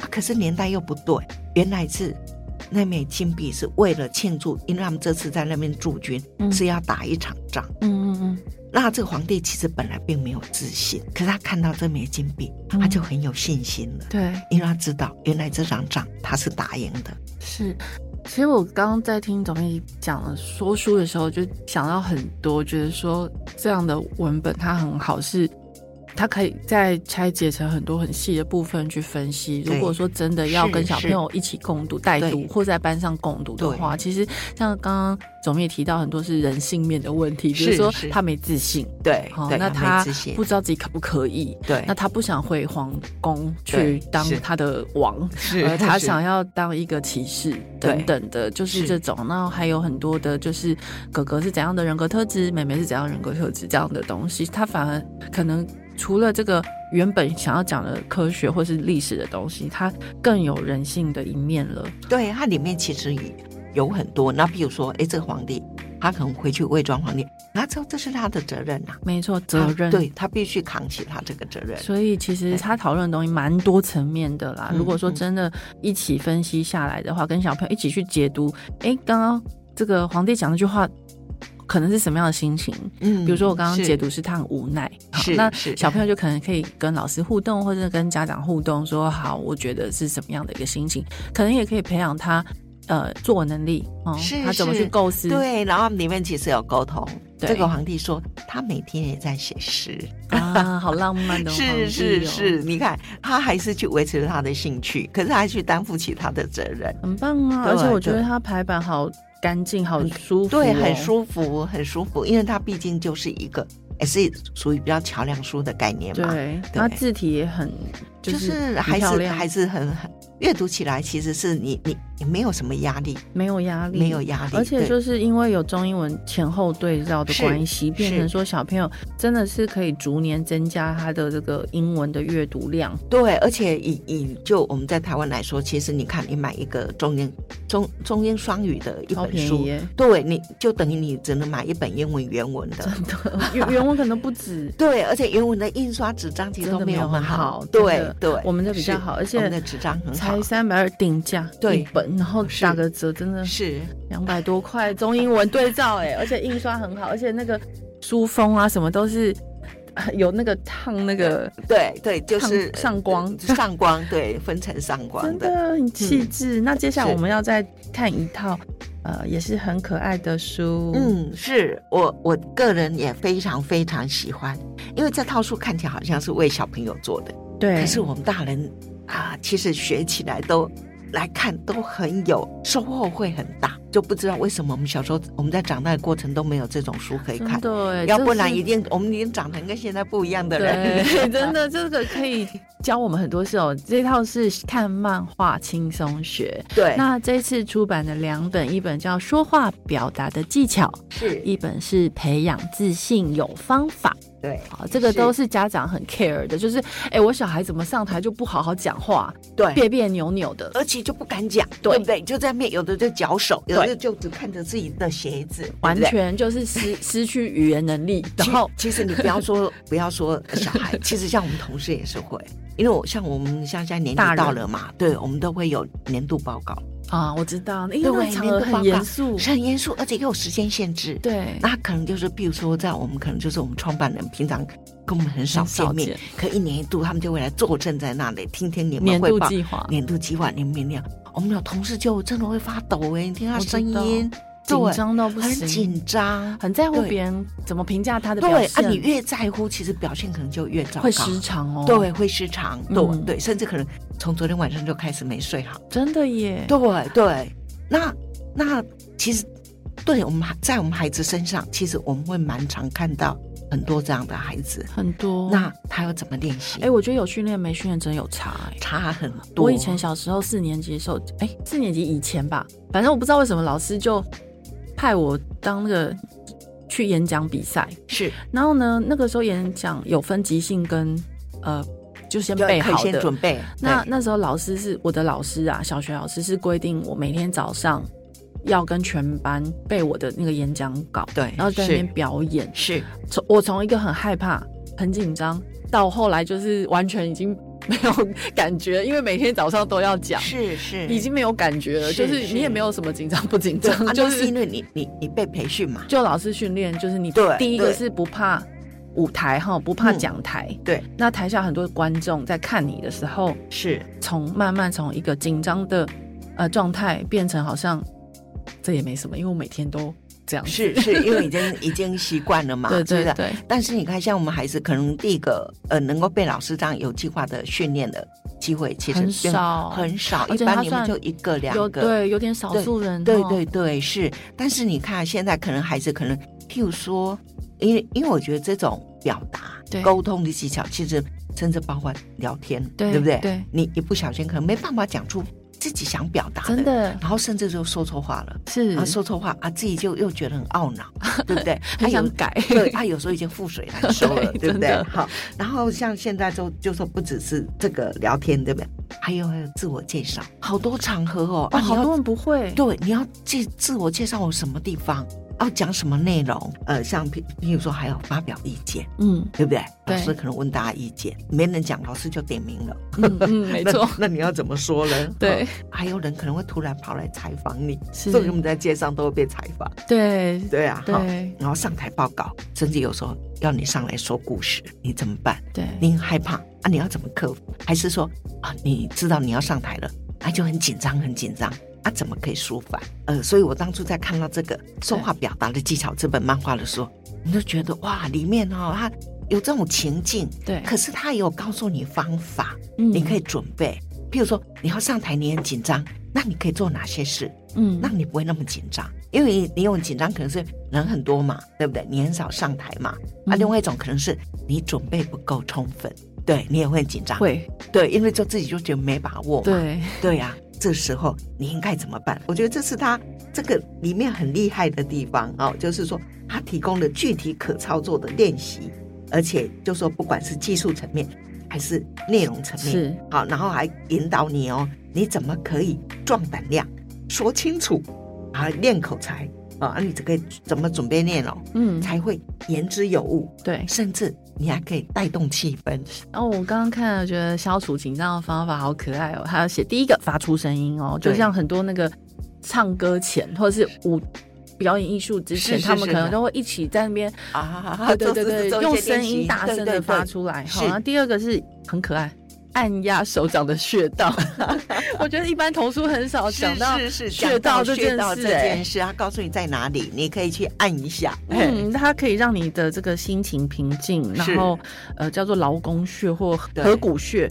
Speaker 2: 啊，可是年代又不对，原来是那枚金币是为了庆祝，因为他们这次在那边驻军、
Speaker 1: 嗯
Speaker 2: 是要打一场仗。
Speaker 1: 嗯嗯
Speaker 2: 那这个皇帝其实本来并没有自信，可是他看到这枚金币，
Speaker 1: 嗯
Speaker 2: 他就很有信心了。
Speaker 1: 嗯，对。
Speaker 2: 因为他知道，原来这场仗他是打赢的。
Speaker 1: 是，其实我刚刚在听总编辑讲了说书的时候，就想到很多，觉得说这样的文本它很好，是它可以再拆解成很多很细的部分去分析。如
Speaker 2: 对
Speaker 1: 果说真的要
Speaker 2: 是
Speaker 1: 跟小朋
Speaker 2: 是
Speaker 1: 友一起共读、带
Speaker 2: 对
Speaker 1: 读，或在班上共读的
Speaker 2: 对
Speaker 1: 话，其实像刚刚总编也提到很多是人性面的问题，比如
Speaker 2: 是
Speaker 1: 说
Speaker 2: 是
Speaker 1: 他没自信，
Speaker 2: 对
Speaker 1: 好、
Speaker 2: 对，
Speaker 1: 哦那
Speaker 2: 没
Speaker 1: 他
Speaker 2: 自信
Speaker 1: 不知道自己可不可以，
Speaker 2: 对
Speaker 1: 那他不想回皇宫去
Speaker 2: 对
Speaker 1: 当
Speaker 2: 是
Speaker 1: 他的王，
Speaker 2: 是
Speaker 1: 呃，他
Speaker 2: 是
Speaker 1: 想要当一个骑士
Speaker 2: 对
Speaker 1: 等等的，就是
Speaker 2: 是
Speaker 1: 这种。那还有很多的，就是哥哥是怎样的人格特质，妹妹是怎样的人格特质这样的东西，他反而可能除了这个原本想要讲的科学或是历史的东西，他更有人性的一面了。
Speaker 2: 对，它里面其实也有很多。那比如说，哎，这个皇帝他可能回去伪装皇帝，他知道这是他的责任呐、
Speaker 1: 没错，责任
Speaker 2: 他啊对他必须扛起他这个责任。啊
Speaker 1: 所以其实
Speaker 2: 对
Speaker 1: 他讨论的东西蛮多层面的啦。
Speaker 2: 嗯
Speaker 1: 如果说真的一起分析下来的话，跟小朋友一起去解读，诶，刚刚这个皇帝讲那句话，可能是什么样的心情？
Speaker 2: 嗯
Speaker 1: 比如说我刚刚
Speaker 2: 是
Speaker 1: 解读是他很无奈，好
Speaker 2: 是
Speaker 1: 那
Speaker 2: 是
Speaker 1: 小朋友就可能可以跟老师互动，或者跟家长互动，说好，我觉得是什么样的一个心情，可能也可以培养他呃作文能力哦，
Speaker 2: 是
Speaker 1: 他怎么去
Speaker 2: 是
Speaker 1: 构思，
Speaker 2: 对，然后里面其实有沟通。
Speaker 1: 对
Speaker 2: 这个皇帝说，他每天也在写诗，
Speaker 1: 啊，好浪漫的、哦，
Speaker 2: 是是是，，你看他还是去维持他的兴趣，可是他还去担负起他的责任，
Speaker 1: 很棒啊！
Speaker 2: 对
Speaker 1: 而且我觉得
Speaker 2: 对
Speaker 1: 它排版好干净，好舒服、哦
Speaker 2: 对，很。舒服，很舒服，因为他毕竟就是一个，也是属于比较桥梁书的概念嘛，
Speaker 1: 对，它字体也很就
Speaker 2: 啊就是是
Speaker 1: 很
Speaker 2: 还
Speaker 1: 漂
Speaker 2: 是
Speaker 1: 亮
Speaker 2: 还是很很阅读起来，其实是你你你没有什么压力，
Speaker 1: 没有压力，
Speaker 2: 没有压力，
Speaker 1: 嗯而且
Speaker 2: 对
Speaker 1: 就是因为有中英文前后对照的
Speaker 2: 是
Speaker 1: 关系，变
Speaker 2: 是
Speaker 1: 成说小朋友真的是可以逐年增加他的这个英文的阅读量。
Speaker 2: 对，而且以以就我们在台湾来说，其实你看你买一个中英中中英双语的一
Speaker 1: 超
Speaker 2: 本
Speaker 1: 便宜
Speaker 2: 书
Speaker 1: 耶，
Speaker 2: 对，你就等于你只能买一本英文原文的。，
Speaker 1: 原原文可能不止
Speaker 2: 对，而且原文的印刷纸张其实
Speaker 1: 真
Speaker 2: 都
Speaker 1: 的
Speaker 2: 没
Speaker 1: 没有
Speaker 2: 有很
Speaker 1: 很好
Speaker 2: 好。
Speaker 1: 真
Speaker 2: 对
Speaker 1: 的
Speaker 2: 对，
Speaker 1: 我们的比较
Speaker 2: 是
Speaker 1: 好而
Speaker 2: 我
Speaker 1: 且
Speaker 2: 们的纸张很好。好
Speaker 1: 才，三百二定价，
Speaker 2: 对
Speaker 1: 一本，然后
Speaker 2: 是
Speaker 1: 打个折，真的
Speaker 2: 是
Speaker 1: 两百多块，中英文对照哎、而且印刷很好，而且那个书封啊什么都是呃有那个烫那个，
Speaker 2: 对对，就是
Speaker 1: 上上光
Speaker 2: 上光，对，分层上光
Speaker 1: 真
Speaker 2: 的，嗯
Speaker 1: 的很气质。那接下来
Speaker 2: 是
Speaker 1: 我们要再看一套，呃，也是很可爱的书，，
Speaker 2: 嗯，是我我个人也非常非常喜欢，因为这套书看起来好像是为小朋友做的，
Speaker 1: 对，
Speaker 2: 可是我们大人啊，其实学起来都来看都很有收获，会很大。就不知道为什么我们小时候我们在长大的过程都没有这种书可以看
Speaker 1: 真，的哎、
Speaker 2: 要不
Speaker 1: 这
Speaker 2: 然
Speaker 1: 是
Speaker 2: 一定我们已经长成跟现在不一样的人。
Speaker 1: 对， 真的这个可以教我们很多事哦。这套是看漫画轻松学，
Speaker 2: 对，
Speaker 1: 那这次出版的两本，一本叫《说话表达的技巧》，
Speaker 2: 是
Speaker 1: 一本是《培养自信有方法》。
Speaker 2: 对
Speaker 1: 好，这个都
Speaker 2: 是
Speaker 1: 是家长很 care 的，就是哎、我小孩怎么上台就不好好讲话，
Speaker 2: 对，
Speaker 1: 别别扭扭的。
Speaker 2: 而且就不敢讲，
Speaker 1: 对
Speaker 2: 对不对？就在面有的就脚手，有的就只看着自己的鞋子，对不
Speaker 1: 完
Speaker 2: 对
Speaker 1: 全就是 失失去语言能力，然后
Speaker 2: 其实你不要说 不要说小孩， 其实像我们同事也是会，因为我像我们像现在年
Speaker 1: 大
Speaker 2: 纪
Speaker 1: 人
Speaker 2: 到了嘛，对，我们都会有年度报告，
Speaker 1: 啊，我知道，因为
Speaker 2: 对
Speaker 1: 那个场合
Speaker 2: 年度报
Speaker 1: 很
Speaker 2: 告
Speaker 1: 严肃，
Speaker 2: 是很严肃，而且也有时间限制。
Speaker 1: 嗯对，
Speaker 2: 那可能就是，比如说，在我们可能就是我们创办人平常跟我们很少
Speaker 1: 很少
Speaker 2: 见面，
Speaker 1: 见
Speaker 2: 可一年一度他们就会来坐镇在那里，听听你们
Speaker 1: 年
Speaker 2: 汇
Speaker 1: 度
Speaker 2: 报
Speaker 1: 计划
Speaker 2: 年度计划、年明年。我们有同事就真的会发抖哎、你听他
Speaker 1: 我知
Speaker 2: 声音，对
Speaker 1: 紧张到不
Speaker 2: 很
Speaker 1: 行，
Speaker 2: 紧张，
Speaker 1: 很在乎
Speaker 2: 对
Speaker 1: 别人怎么评价他的表
Speaker 2: 对啊，
Speaker 1: 现，
Speaker 2: 你越在乎，其实表现可能就越糟糕，
Speaker 1: 会失常哦，，
Speaker 2: 对，会失常，对、
Speaker 1: 嗯
Speaker 2: 对，甚至可能从昨天晚上就开始没睡好。
Speaker 1: 真的耶，
Speaker 2: 对对，那那其实对我们孩在我们孩子身上，其实我们会蛮常看到很多这样的孩子。
Speaker 1: 很多。
Speaker 2: 那他要怎么练习？
Speaker 1: 哦哎、我觉得有训练没训练真有差哎、
Speaker 2: 差很多。
Speaker 1: 我以前小时候四年级的时候，哎、四年级以前吧，反正我不知道为什么老师就派我当那个去演讲比赛。
Speaker 2: 是
Speaker 1: 然后呢，那个时候演讲有分即兴跟呃，就先
Speaker 2: 要
Speaker 1: 备
Speaker 2: 可以
Speaker 1: 好
Speaker 2: 先
Speaker 1: 的。
Speaker 2: 准备。
Speaker 1: 那
Speaker 2: 对
Speaker 1: 那时候老师是我的老师啊，小学老师是规定我每天早上要跟全班背我的那个演讲稿，
Speaker 2: 对
Speaker 1: 然后在那边表演。
Speaker 2: 是
Speaker 1: 从我从一个很害怕、很紧张，到后来就是完全已经没有感觉，因为每天早上都要讲，
Speaker 2: 是是
Speaker 1: 已经没有感觉了，
Speaker 2: 是
Speaker 1: 就是你也没有什么紧张不紧
Speaker 2: 对，
Speaker 1: 张，
Speaker 2: 啊
Speaker 1: 就
Speaker 2: 那是
Speaker 1: 是
Speaker 2: 因为你你你被培训嘛。
Speaker 1: 就老师训练，就是你
Speaker 2: 对
Speaker 1: 第一个
Speaker 2: 对
Speaker 1: 是不怕舞台哈，不怕
Speaker 2: 嗯
Speaker 1: 讲台，
Speaker 2: 对，
Speaker 1: 那台下很多观众在看你的时候，
Speaker 2: 是
Speaker 1: 从慢慢从一个紧张的呃状态变成好像这也没什么，因为我每天都这样子，
Speaker 2: 是是，因为已经已经习惯了嘛，
Speaker 1: 对
Speaker 2: 是不
Speaker 1: 对
Speaker 2: 是
Speaker 1: 对，
Speaker 2: 但是你看，像我们孩子，可能第一个呃，能够被老师这样有计划的训练的机会，其实
Speaker 1: 很
Speaker 2: 并
Speaker 1: 少
Speaker 2: 很少。
Speaker 1: 而
Speaker 2: 一
Speaker 1: 且他
Speaker 2: 般你们
Speaker 1: 算
Speaker 2: 就一个两
Speaker 1: 有
Speaker 2: 个，
Speaker 1: 对有点少
Speaker 2: 对
Speaker 1: 数人，哦
Speaker 2: 对对对是。但是你看，现在可能孩子可能，譬如说，因为因为我觉得这种表达
Speaker 1: 对、
Speaker 2: 沟通的技巧，其实甚至包括聊天，
Speaker 1: 对
Speaker 2: 不对？
Speaker 1: 对
Speaker 2: 你一不小心可能没办法讲出自己想表达
Speaker 1: 真的
Speaker 2: 然后甚至就说错话了。
Speaker 1: 是
Speaker 2: 啊，说错话啊，自己就又觉得很懊恼，对 不对？还
Speaker 1: 很
Speaker 2: 有
Speaker 1: 想改， 哦
Speaker 2: 对，他有时候已经覆水难收了，
Speaker 1: 对
Speaker 2: 对不
Speaker 1: 真
Speaker 2: 对
Speaker 1: 的？
Speaker 2: 好，然后像现在就就说不只是这个聊天，对不对？还有还有自我介绍，好多场合哦，
Speaker 1: 哦，
Speaker 2: 啊，你
Speaker 1: 好
Speaker 2: 要
Speaker 1: 多人不会，
Speaker 2: 对，你要介自我介绍我什么地方，要讲什么内容，呃，像譬譬如说还有发表意见，
Speaker 1: 嗯
Speaker 2: 对不对？
Speaker 1: 对
Speaker 2: 老师可能问大家意见，没人讲，老师就点名了。
Speaker 1: 嗯嗯，没
Speaker 2: 那
Speaker 1: 错，
Speaker 2: 那你要怎么说呢？
Speaker 1: 对
Speaker 2: 好，还有人可能会突然跑来采访你，
Speaker 1: 是
Speaker 2: 所以我们在街上都会被采访，
Speaker 1: 对
Speaker 2: 对啊，哈
Speaker 1: 对
Speaker 2: 然后上台报告，甚至有时候要你上来说故事，你怎么办？
Speaker 1: 对，
Speaker 2: 你很害怕啊，你要怎么克服？还是说啊，你知道你要上台了，啊就很紧张，很紧张啊，怎么可以舒缓？呃，所以我当初在看到这个《说话表达的技巧》这本漫画的时候，你就觉得哇，里面哦，它有这种情境，
Speaker 1: 对
Speaker 2: 可是它也有告诉你方法，
Speaker 1: 嗯
Speaker 2: 你可以准备。譬如说你要上台，你很紧张，那你可以做哪些事？
Speaker 1: 嗯
Speaker 2: 让你不会那么紧张，因为你你有紧张可能是人很多嘛，对不对？你很少上台嘛。啊，
Speaker 1: 嗯
Speaker 2: 另外一种可能是你准备不够充分，对你也会紧张。，
Speaker 1: 会
Speaker 2: 对，因为就自己就觉得没把握嘛。，
Speaker 1: 对
Speaker 2: 对呀、这时候你应该怎么办？我觉得这是他这个里面很厉害的地方哦，就是说他提供了具体可操作的练习，而且就说不管是技术层面还是内容层面，
Speaker 1: 是
Speaker 2: 好，然后还引导你哦，你怎么可以壮胆量，说清楚，啊，练口啊才啊，你这个怎么准备内容，
Speaker 1: 嗯
Speaker 2: 才会言之有物，
Speaker 1: 对
Speaker 2: 甚至你还可以带动气氛。
Speaker 1: 然后我刚刚看了，觉得消除紧张的方法好可爱哦。还有写第一个发出声音哦，
Speaker 2: 对
Speaker 1: 就像很多那个唱歌前或者是舞表演艺术之前，
Speaker 2: 是是
Speaker 1: 他们
Speaker 2: 是
Speaker 1: 可能都会一起在那边，
Speaker 2: 啊，
Speaker 1: 对对
Speaker 2: 做
Speaker 1: 对
Speaker 2: 做
Speaker 1: 对，
Speaker 2: 做
Speaker 1: 用
Speaker 2: 一些
Speaker 1: 声
Speaker 2: 练习
Speaker 1: 音大声
Speaker 2: 对
Speaker 1: 的
Speaker 2: 对
Speaker 1: 发
Speaker 2: 对
Speaker 1: 出来。
Speaker 2: 是
Speaker 1: 好，然后第二个是很可爱，按压手掌的穴 道。我觉得一般童书很少
Speaker 2: 是
Speaker 1: 讲到
Speaker 2: 是是
Speaker 1: 穴
Speaker 2: 讲
Speaker 1: 道这
Speaker 2: 穴
Speaker 1: 件
Speaker 2: 道
Speaker 1: 事
Speaker 2: 这
Speaker 1: 哎
Speaker 2: 件事，他告诉你在哪里，你可以去按一下。嗯，
Speaker 1: 嗯，它可以让你的这个心情平静，
Speaker 2: 是
Speaker 1: 然后呃叫做劳宫穴或
Speaker 2: 对
Speaker 1: 合谷穴，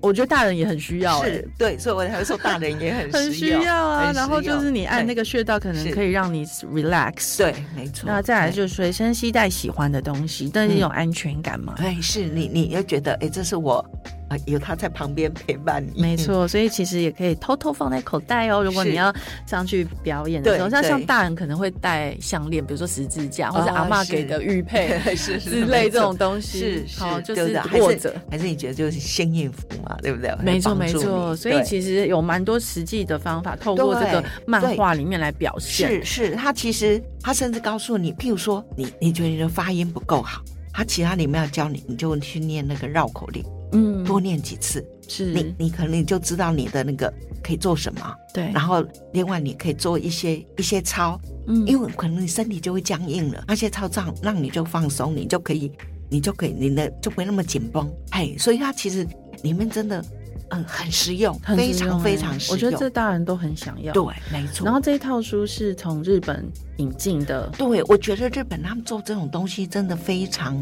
Speaker 1: 我觉得大人也很需要、欸
Speaker 2: 是，对，所以我才会说大人也很
Speaker 1: 很需要啊。
Speaker 2: 很
Speaker 1: 然后
Speaker 2: 实
Speaker 1: 就是
Speaker 2: 用
Speaker 1: 你按
Speaker 2: 对
Speaker 1: 那个穴道，可能
Speaker 2: 是
Speaker 1: 可以让你 relax。，
Speaker 2: 对，没错。
Speaker 1: 那再来
Speaker 2: 对
Speaker 1: 就是随身携带喜欢的东西，但是
Speaker 2: 嗯
Speaker 1: 有安全感嘛？
Speaker 2: 哎，是你，你要觉得哎，这是我啊，有他在旁边陪伴你，
Speaker 1: 没错，所以其实也可以偷偷放在口袋哦。如果
Speaker 2: 是
Speaker 1: 你要上去表演的时候，
Speaker 2: 对
Speaker 1: 像像
Speaker 2: 对
Speaker 1: 大人可能会戴项链，比如说十字架，或者
Speaker 2: 啊
Speaker 1: 阿嬷
Speaker 2: 是
Speaker 1: 给的玉佩
Speaker 2: 嗯， 是是
Speaker 1: 之类这。
Speaker 2: 没
Speaker 1: 种
Speaker 2: 错
Speaker 1: 东西
Speaker 2: 是，是，
Speaker 1: 好，就
Speaker 2: 对不
Speaker 1: 是
Speaker 2: 对还
Speaker 1: 握着。
Speaker 2: 还是你觉得就是先应付嘛，对不对？
Speaker 1: 没错
Speaker 2: 会帮
Speaker 1: 没
Speaker 2: 助
Speaker 1: 错，
Speaker 2: 你
Speaker 1: 所以
Speaker 2: 对
Speaker 1: 其实有蛮多实际的方法，透过这个
Speaker 2: 对
Speaker 1: 漫画里面来表现。
Speaker 2: 是是，他其实他甚至告诉你，譬如说你你觉得你的发音不够好，他其他里面要教你，你就去念那个绕口令，
Speaker 1: 嗯，
Speaker 2: 多念几次，你
Speaker 1: 是，
Speaker 2: 你可能你就知道你的那个可以做什么，
Speaker 1: 对
Speaker 2: 然，后另外你可以做一些一些操，
Speaker 1: 嗯
Speaker 2: 因为可能你身体就会僵硬了，那些操障让你就放松，你就可以，你就可以，你的就不会那么紧绷。嘿，所以它其实里面真的，嗯，很实用，
Speaker 1: 很
Speaker 2: 非
Speaker 1: 实
Speaker 2: 常
Speaker 1: 用
Speaker 2: 非
Speaker 1: 欸
Speaker 2: 常实
Speaker 1: 我觉
Speaker 2: 用。
Speaker 1: 得这大人都很想要。
Speaker 2: 对，没错。
Speaker 1: 然后这一套书是从日本引进的，
Speaker 2: 对，我觉得日本他们做这种东西真的非常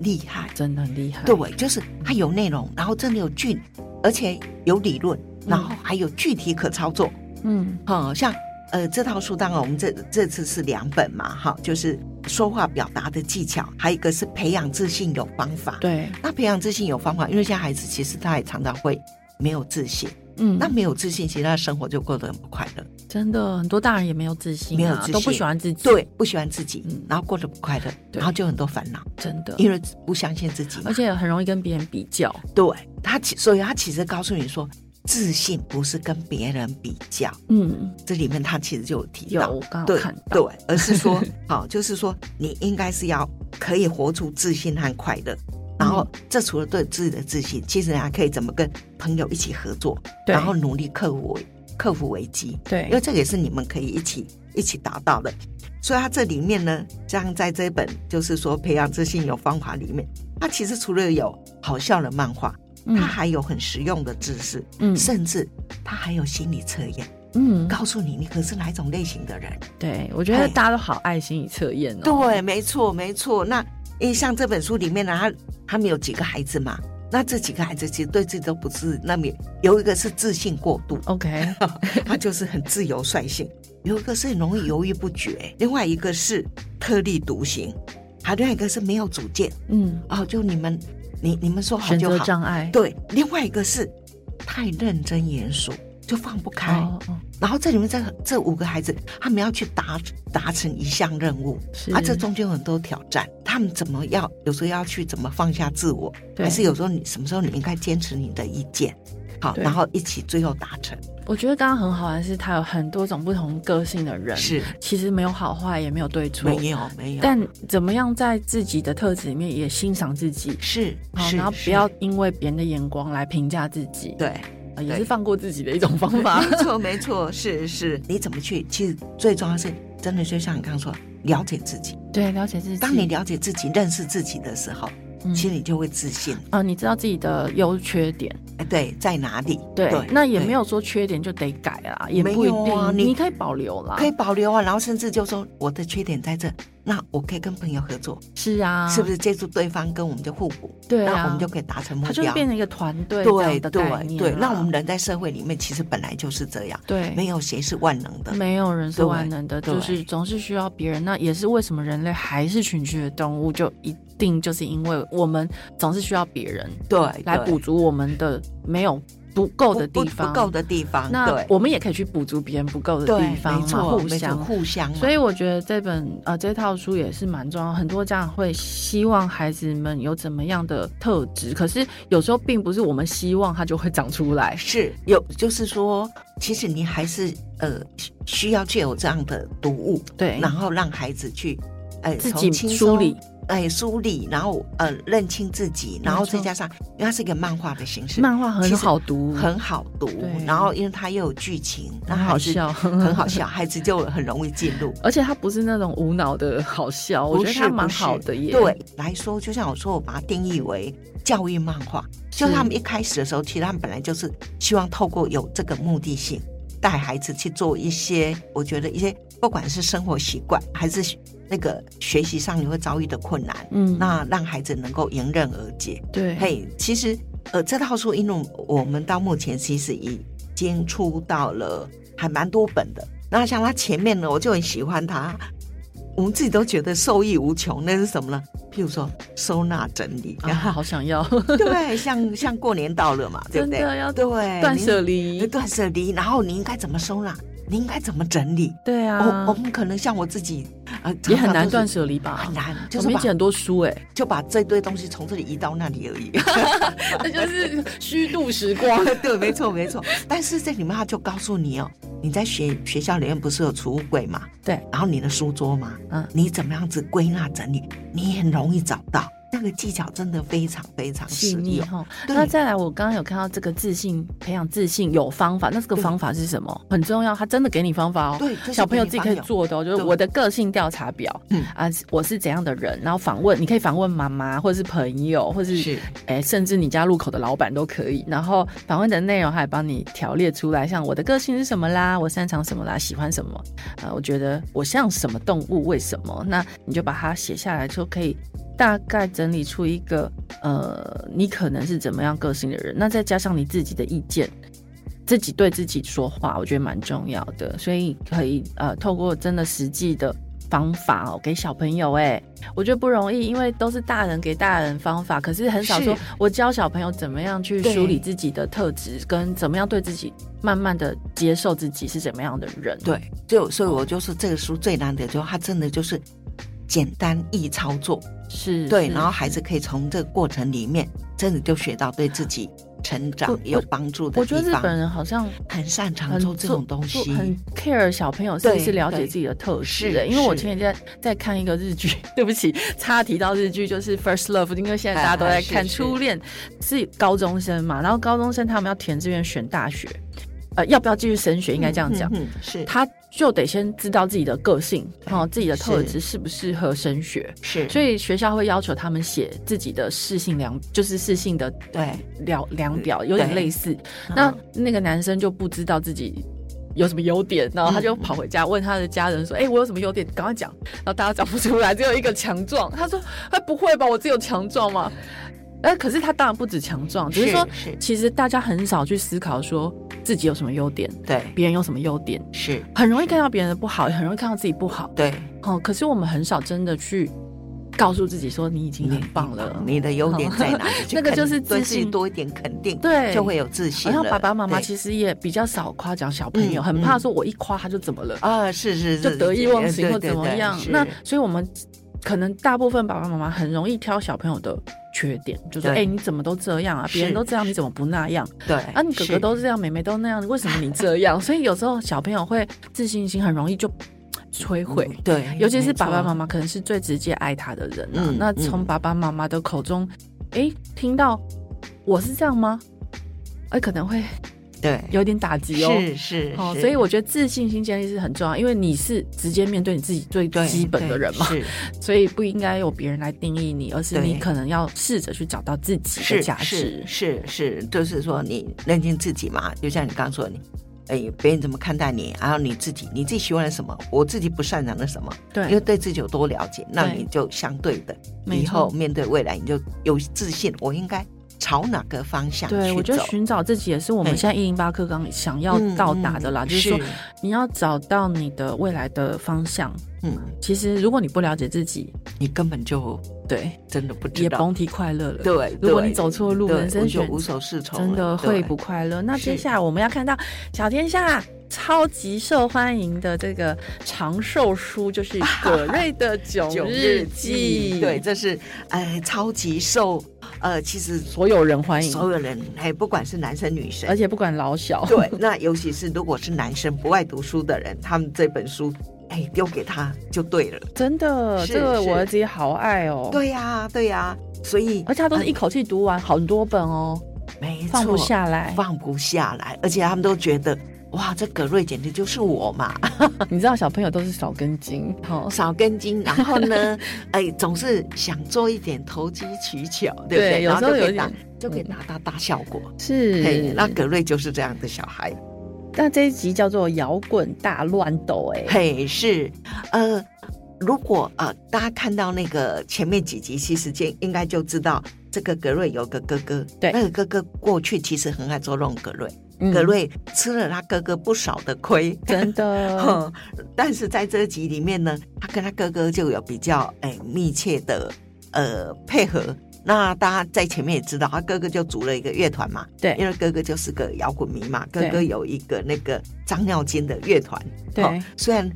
Speaker 2: 厉害。
Speaker 1: 真的很厉害。
Speaker 2: 对，就是它有内容，然后真的有剧，而且有理论，然后还有具体可操作。
Speaker 1: 嗯，
Speaker 2: 好、像呃这套书当然我们这这次是两本嘛，哈，就是说话表达的技巧，还有一个是培养自信有方法。
Speaker 1: 对，
Speaker 2: 那培养自信有方法，因为现在孩子其实他也常常会没有自信，
Speaker 1: 嗯，
Speaker 2: 那没有自信，其实他生活就过得很不快乐，
Speaker 1: 真的很多大人也没有自信、啊，
Speaker 2: 没有自信
Speaker 1: 都不喜欢自己。
Speaker 2: 对，，不喜欢自己
Speaker 1: 嗯，
Speaker 2: 然后过得不快乐，
Speaker 1: 对
Speaker 2: 然后就很多烦恼，
Speaker 1: 真的，
Speaker 2: 因为不相信自己嘛
Speaker 1: 而。且很容易跟别人比较。
Speaker 2: 对他其，所以他其实告诉你说，自信不是跟别人比较，
Speaker 1: 嗯，
Speaker 2: 这里面他其实就有提
Speaker 1: 有
Speaker 2: 到。
Speaker 1: 我刚好
Speaker 2: 对
Speaker 1: 看到。
Speaker 2: 对，而是说，好，就是说，你应该是要可以活出自信和快乐。然后，
Speaker 1: 嗯
Speaker 2: 这除了对自己的自信，其实你还可以怎么跟朋友一起合作，
Speaker 1: 对
Speaker 2: 然后努力克服危克服危机，
Speaker 1: 对
Speaker 2: 因为这个也是你们可以一起一起达到的。所以它这里面呢，像在这本就是说培养自信有方法里面，它其实除了有好笑的漫画，
Speaker 1: 嗯
Speaker 2: 它还有很实用的知识，
Speaker 1: 嗯
Speaker 2: 甚至它还有心理测验，
Speaker 1: 嗯，
Speaker 2: 告诉你你可是哪一种类型的人。
Speaker 1: 对，我觉得
Speaker 2: 哎
Speaker 1: 大家都好爱心理测验哦。
Speaker 2: 对，没错，没错。那因为像这本书里面呢，他他们有几个孩子嘛？那这几个孩子其实对自己都不是那么有一个是自信过度，
Speaker 1: ，OK，
Speaker 2: 他就是很自由率性；有一个是很容易犹豫不决，另外一个是特立独行，还另外一个是没有主见
Speaker 1: 嗯，
Speaker 2: 哦，就你们你你们说好
Speaker 1: 选
Speaker 2: 就
Speaker 1: 择
Speaker 2: 好。
Speaker 1: 障碍。
Speaker 2: 对，另外一个是太认真严肃就放不开。
Speaker 1: 哦哦，
Speaker 2: 然后这里面这这五个孩子，他们要去达达成一项任务，
Speaker 1: 是
Speaker 2: 啊，这中间有很多挑战，他们怎么要有时候要去怎么放下自我，
Speaker 1: 对
Speaker 2: 还是有时候你什么时候你应该坚持你的意见，好，
Speaker 1: 对
Speaker 2: 然后一起最后达成。
Speaker 1: 我觉得刚刚很好玩的是，他有很多种不同个性的人，
Speaker 2: 是
Speaker 1: 其实没有好坏，也没有对错，
Speaker 2: 没有没有，
Speaker 1: 但怎么样在自己的特质里面也欣赏自己，
Speaker 2: 是
Speaker 1: 好，
Speaker 2: 是，
Speaker 1: 然后
Speaker 2: 是
Speaker 1: 不要因为别人的眼光来评价自己，
Speaker 2: 对，
Speaker 1: 呃也
Speaker 2: 对
Speaker 1: 是放过自己的一种方法。
Speaker 2: 没错没错，是是，你怎么去？其实最重要是真的，就像你刚刚说，了解自己。
Speaker 1: 对，了解自己。
Speaker 2: 当你了解自己、认识自己的时候，
Speaker 1: 嗯
Speaker 2: 其实你就会自信。
Speaker 1: 啊、你知道自己的优缺点，
Speaker 2: 哎，对，在哪里？
Speaker 1: 对，那也
Speaker 2: 对
Speaker 1: 没有说缺点就得改啦，也
Speaker 2: 没
Speaker 1: 不一
Speaker 2: 有
Speaker 1: 定，
Speaker 2: 啊
Speaker 1: 你
Speaker 2: 你
Speaker 1: 可以保留啦，
Speaker 2: 可以保留啊，然后甚至就说我的缺点在这，那我可以跟朋友合作，
Speaker 1: 是啊，
Speaker 2: 是不？是借助对方跟我们就互补？
Speaker 1: 对啊
Speaker 2: 那我们就可以达成目
Speaker 1: 它
Speaker 2: 标。
Speaker 1: 就会变成一个团队这
Speaker 2: 对
Speaker 1: 样的概
Speaker 2: 对
Speaker 1: 念
Speaker 2: 对
Speaker 1: 啦，
Speaker 2: 那我们人在社会里面其实本来就是这样，
Speaker 1: 对
Speaker 2: 没有谁是万能的。
Speaker 1: 没有人是
Speaker 2: 对
Speaker 1: 万能的，
Speaker 2: 对
Speaker 1: 就是总是需要别人。那也是为什么人类还是群居的动物，就一定就是因为我们总是需要别人
Speaker 2: 对，
Speaker 1: 来
Speaker 2: 对
Speaker 1: 补足我们的没有不够
Speaker 2: 不
Speaker 1: 的
Speaker 2: 不
Speaker 1: 地方。
Speaker 2: 不够的地方，
Speaker 1: 那
Speaker 2: 对
Speaker 1: 我们也可以去补足别人不够的
Speaker 2: 对，
Speaker 1: 地方
Speaker 2: 没
Speaker 1: 嘛，
Speaker 2: 错，
Speaker 1: 互
Speaker 2: 没错
Speaker 1: 相。
Speaker 2: 互相嘛，
Speaker 1: 所以我觉得这本呃这套书也是蛮重要，很多家长会希望孩子们有怎么样的特质，可是有时候并不是我们希望它就会长出 来。
Speaker 2: 是有，就是说，其实你还是呃需需要借有这样的读物，
Speaker 1: 对，
Speaker 2: 然后让孩子去，哎、
Speaker 1: 自
Speaker 2: 从
Speaker 1: 己
Speaker 2: 轻
Speaker 1: 梳
Speaker 2: 松
Speaker 1: 理，
Speaker 2: 哎梳理，然后呃认清自己，然后
Speaker 1: 没错
Speaker 2: 再加上，因为它是一个漫画的形式，
Speaker 1: 漫画很
Speaker 2: 其实
Speaker 1: 好读，
Speaker 2: 很好读
Speaker 1: 对，
Speaker 2: 然后因为它又有剧情，那
Speaker 1: 很好
Speaker 2: 孩子
Speaker 1: 笑
Speaker 2: 很好笑，孩子就很容易进入。
Speaker 1: 而且它不是那种无脑的好笑， 我
Speaker 2: 不
Speaker 1: 觉得
Speaker 2: 是
Speaker 1: 它蛮
Speaker 2: 不是
Speaker 1: 好的耶。
Speaker 2: 对，来说，就像我说，我把它定义为教育漫画。就是他们一开始的时候，其实他们本来就是希望透过有这个目的性，带孩子去做一些，我觉得一些不管是生活习惯还是学那个学习上你会遭遇的困难，
Speaker 1: 嗯，
Speaker 2: 那让孩子能够迎刃而解。
Speaker 1: 对，
Speaker 2: 嘿，其实呃，这套书，因为我们到目前其实已经出到了还蛮多本的。那像它前面呢，我就很喜欢它，我们自己都觉得受益无穷。那是什么呢？譬如说收纳整理，
Speaker 1: 啊， 好想 要
Speaker 2: 对，像像过年到了嘛，对不对？
Speaker 1: 真的要
Speaker 2: 对
Speaker 1: 断舍
Speaker 2: 离
Speaker 1: 离，
Speaker 2: 断舍离，然后你应该怎么收纳？你应该怎么整理？
Speaker 1: 对
Speaker 2: 我、
Speaker 1: 啊
Speaker 2: 我，们可能像我自己，呃，
Speaker 1: 也很难断
Speaker 2: 断，
Speaker 1: 舍离吧
Speaker 2: 很？难，哎就
Speaker 1: 我
Speaker 2: 是
Speaker 1: 们以
Speaker 2: 把
Speaker 1: 前很多书哎，
Speaker 2: 就把这堆东西从这里移到那里而已。
Speaker 1: 那就是虚度时 光。
Speaker 2: 对，没错没错。但是这里面他就告诉你哦，你在学学校里面不是有储物柜嘛？
Speaker 1: 对，
Speaker 2: 然后你的书桌嘛，
Speaker 1: 嗯
Speaker 2: 你怎么样子归纳整理，你很容易找到。那个技巧真的非常非常
Speaker 1: 细
Speaker 2: 实
Speaker 1: 腻
Speaker 2: 用。
Speaker 1: 哈。
Speaker 2: 对
Speaker 1: 那再来，我刚刚有看到这个自信，培养自信有方法，那这个
Speaker 2: 对
Speaker 1: 方法是什么？很重要，他真的给你方法哦。
Speaker 2: 对，就是
Speaker 1: 小朋友
Speaker 2: 给
Speaker 1: 自
Speaker 2: 你
Speaker 1: 己可以
Speaker 2: 帮
Speaker 1: 做的哦，就是
Speaker 2: 对
Speaker 1: 我的个性调查表，
Speaker 2: 嗯
Speaker 1: 啊，我是怎样的人，然后访问，你可以访问妈妈或者是朋友，或
Speaker 2: 友。
Speaker 1: 是
Speaker 2: 是，
Speaker 1: 哎，甚至你家路口的老板都可以。然后访问的内容还帮你条列出来，像我的个性是什么啦，我擅长什么啦，喜欢什么，呃，我觉得我像什么动物，为什么？那你就把它写下来，就可以大概整理出一个呃，你可能是怎么样个性的人。那再加上你自己的意见。自己对自己说话，我觉得蛮重要的，所以可以呃，透过真的实际的方法哦，给小朋友哎、我觉得不容易，因为都是大人给大人方法，可是很少
Speaker 2: 是
Speaker 1: 说我教小朋友怎么样去
Speaker 2: 对
Speaker 1: 梳理自己的特质，跟怎么样对自己慢慢的接受自己是怎么样的人。
Speaker 2: 对，就所以我就是这个书最难得，就是它真的就是简单易操作，
Speaker 1: 是，
Speaker 2: 对，
Speaker 1: 是
Speaker 2: 然后孩子可以从这个过程里面真的就学到对自己成
Speaker 1: 我
Speaker 2: 长有帮助的
Speaker 1: 我
Speaker 2: 地
Speaker 1: 觉得日本
Speaker 2: 方。
Speaker 1: 人好像
Speaker 2: 很擅长
Speaker 1: 很
Speaker 2: 做这种东
Speaker 1: 做
Speaker 2: 西，
Speaker 1: 很 care 小朋友是不
Speaker 2: 对
Speaker 1: 是了解
Speaker 2: 对
Speaker 1: 自己的特质、
Speaker 2: 是
Speaker 1: 欸。因为我
Speaker 2: 是
Speaker 1: 前几天在在看一个日剧， 对不起，差提到日剧就是《First Love》，因为现在大家都
Speaker 2: 哎哎
Speaker 1: 在
Speaker 2: 是
Speaker 1: 看
Speaker 2: 是
Speaker 1: 初恋，是高中生嘛，然后高中生他们要填志愿选大学，呃，要不要继续升学？应该这样讲。
Speaker 2: 嗯，嗯嗯是
Speaker 1: 他就得先知道自己的个性，然后自己的特质
Speaker 2: 哎是
Speaker 1: 适不适合升学，
Speaker 2: 是，
Speaker 1: 所以学校会要求他们写自己的适性量，就是适性的
Speaker 2: 对，
Speaker 1: 量量表，有点
Speaker 2: 对嗯
Speaker 1: 类似。那那个男生就不知道自己。有什么优点？然后
Speaker 2: 嗯
Speaker 1: 他就跑回家问他的家人说：“哎、我有什么优点？赶快讲。”然后大家讲不出来，只有一个强壮。他说：“哎，不会吧？我只有强壮吗？”哎，可是他当然不止强壮，只是说，
Speaker 2: 是
Speaker 1: 其实大家很少去思考说自己有什么优点，
Speaker 2: 对，
Speaker 1: 别人有什么优点，
Speaker 2: 是
Speaker 1: 很容易看到别人的不好，也很容易看到自己不好。
Speaker 2: 对，
Speaker 1: 哦，可是我们很少真的去告诉自己说你已经很棒了。？
Speaker 2: 嗯你的优点在哪里 去
Speaker 1: 那个
Speaker 2: 肯
Speaker 1: 就是
Speaker 2: 对
Speaker 1: 自
Speaker 2: 自己
Speaker 1: 信
Speaker 2: 多一点肯定，
Speaker 1: 对
Speaker 2: 就会有自信
Speaker 1: 好
Speaker 2: 了。
Speaker 1: 像爸爸妈妈
Speaker 2: 对
Speaker 1: 其实也比较少夸奖小朋友，
Speaker 2: 嗯
Speaker 1: 很怕
Speaker 2: 嗯
Speaker 1: 说我一夸他就怎么了，
Speaker 2: 啊，是是是，
Speaker 1: 就得意忘形
Speaker 2: 对
Speaker 1: 或怎么样。那所以我们可能大部分爸爸妈妈很容易挑小朋友的缺点，就说哎、
Speaker 2: 对
Speaker 1: 你怎么都这样啊，别人
Speaker 2: 是
Speaker 1: 都这样，你怎么不那样？
Speaker 2: 对
Speaker 1: 啊，你哥哥
Speaker 2: 是
Speaker 1: 都这样，妹妹都那样，为什么你这样？ 所以有时候小朋友会自信心很容易就摧毁。
Speaker 2: 对，
Speaker 1: 尤其是爸爸妈
Speaker 2: 妈
Speaker 1: 妈，可能是最直接爱他的人啊。
Speaker 2: 嗯
Speaker 1: 那从
Speaker 2: 嗯
Speaker 1: 爸爸妈妈的口中，诶，听到我是这样吗？哎，可能会
Speaker 2: 对，
Speaker 1: 有点打击哦。
Speaker 2: 是是
Speaker 1: 哦，
Speaker 2: 是
Speaker 1: 所以我觉得自信心建立是很重要，因为你是直接面对你自己最
Speaker 2: 对
Speaker 1: 基本的
Speaker 2: 对
Speaker 1: 人嘛，
Speaker 2: 是
Speaker 1: 所以不应该由别人来定义你，而是
Speaker 2: 对
Speaker 1: 你可能要试着去找到自己的
Speaker 2: 是
Speaker 1: 价值
Speaker 2: 是。是是，就是说你认清自己嘛，就像你刚刚说的你。哎，别人怎么看待你，然后你自己，你自己喜欢的什么，我自己不擅长的什么，因为
Speaker 1: 对，
Speaker 2: 对自己有多了解，那
Speaker 1: 对
Speaker 2: 你就相对的，
Speaker 1: 没
Speaker 2: 以后
Speaker 1: 错。
Speaker 2: 面对未来，你就有自信，我应该朝哪个方向去走。
Speaker 1: 对，我觉得寻找自己也是我们
Speaker 2: 对
Speaker 1: 现在一零八课纲想要
Speaker 2: 嗯
Speaker 1: 到达的啦，
Speaker 2: 嗯
Speaker 1: 就是说你要找到你的未来的方向，
Speaker 2: 嗯，
Speaker 1: 其实，如果你不了解自己，
Speaker 2: 你根本就
Speaker 1: 对，
Speaker 2: 真的不知
Speaker 1: 也
Speaker 2: 道，
Speaker 1: 甭提快乐了。，
Speaker 2: 对，
Speaker 1: 如果
Speaker 2: 对
Speaker 1: 你走错路，
Speaker 2: 对
Speaker 1: 人生
Speaker 2: 我就
Speaker 1: 选
Speaker 2: 无所适从了，
Speaker 1: 真的
Speaker 2: 对
Speaker 1: 会不快乐。那接
Speaker 2: 是
Speaker 1: 下来我们要看到小天下超级受欢迎的这个长寿书，就是葛瑞的《
Speaker 2: 啊 九
Speaker 1: 囧
Speaker 2: 日
Speaker 1: 日
Speaker 2: 记
Speaker 1: 记》，
Speaker 2: 对，，这是呃超级受呃，其实
Speaker 1: 所有人欢迎，
Speaker 2: 所有人，哎，不管是男生女生
Speaker 1: 而，且不管老小，
Speaker 2: 对，那尤其是如果是男生不爱读书的人，他们这本书。哎，丢给他就对了。
Speaker 1: 真的，
Speaker 2: 是
Speaker 1: 这个
Speaker 2: 是
Speaker 1: 我儿子也好爱哦。，
Speaker 2: 对呀、对呀、所以
Speaker 1: 而且他都是一
Speaker 2: 嗯
Speaker 1: 口气读完很多本哦，
Speaker 2: 没错
Speaker 1: 放不下来。
Speaker 2: 放不下来，而且他们都觉得哇，这葛瑞简直就是我嘛，
Speaker 1: 你知道小朋友都是少根筋，哦，
Speaker 2: 少根筋，然后 呢，哎，总是想做一点投机取巧，对不对？
Speaker 1: 对有
Speaker 2: 然
Speaker 1: 时
Speaker 2: 后
Speaker 1: 候
Speaker 2: 就可
Speaker 1: 有
Speaker 2: 以达就可以
Speaker 1: 嗯
Speaker 2: 达到大效果。嘿
Speaker 1: 是，。
Speaker 2: 那葛瑞就是这样的小孩。
Speaker 1: 那这一集叫做《摇滚大乱斗》哎，
Speaker 2: 嘿，是，呃，如果呃大家看到那个前面几集，其实间应该就知道这个格瑞有个哥哥，
Speaker 1: 对
Speaker 2: 那个哥哥过去其实很爱捉弄格瑞，
Speaker 1: 嗯
Speaker 2: 格瑞吃了他哥哥不少的亏。
Speaker 1: 真 的，
Speaker 2: 哼，但是在这集里面呢，他跟他哥哥就有比较哎密切的呃配合。那大家在前面也知道，他哥哥就组了一个乐团嘛，因
Speaker 1: 对
Speaker 2: 为哥哥就是个摇滚迷嘛，哥
Speaker 1: 对
Speaker 2: 哥有一个那个张尿金的乐团，哦
Speaker 1: 对，
Speaker 2: 虽然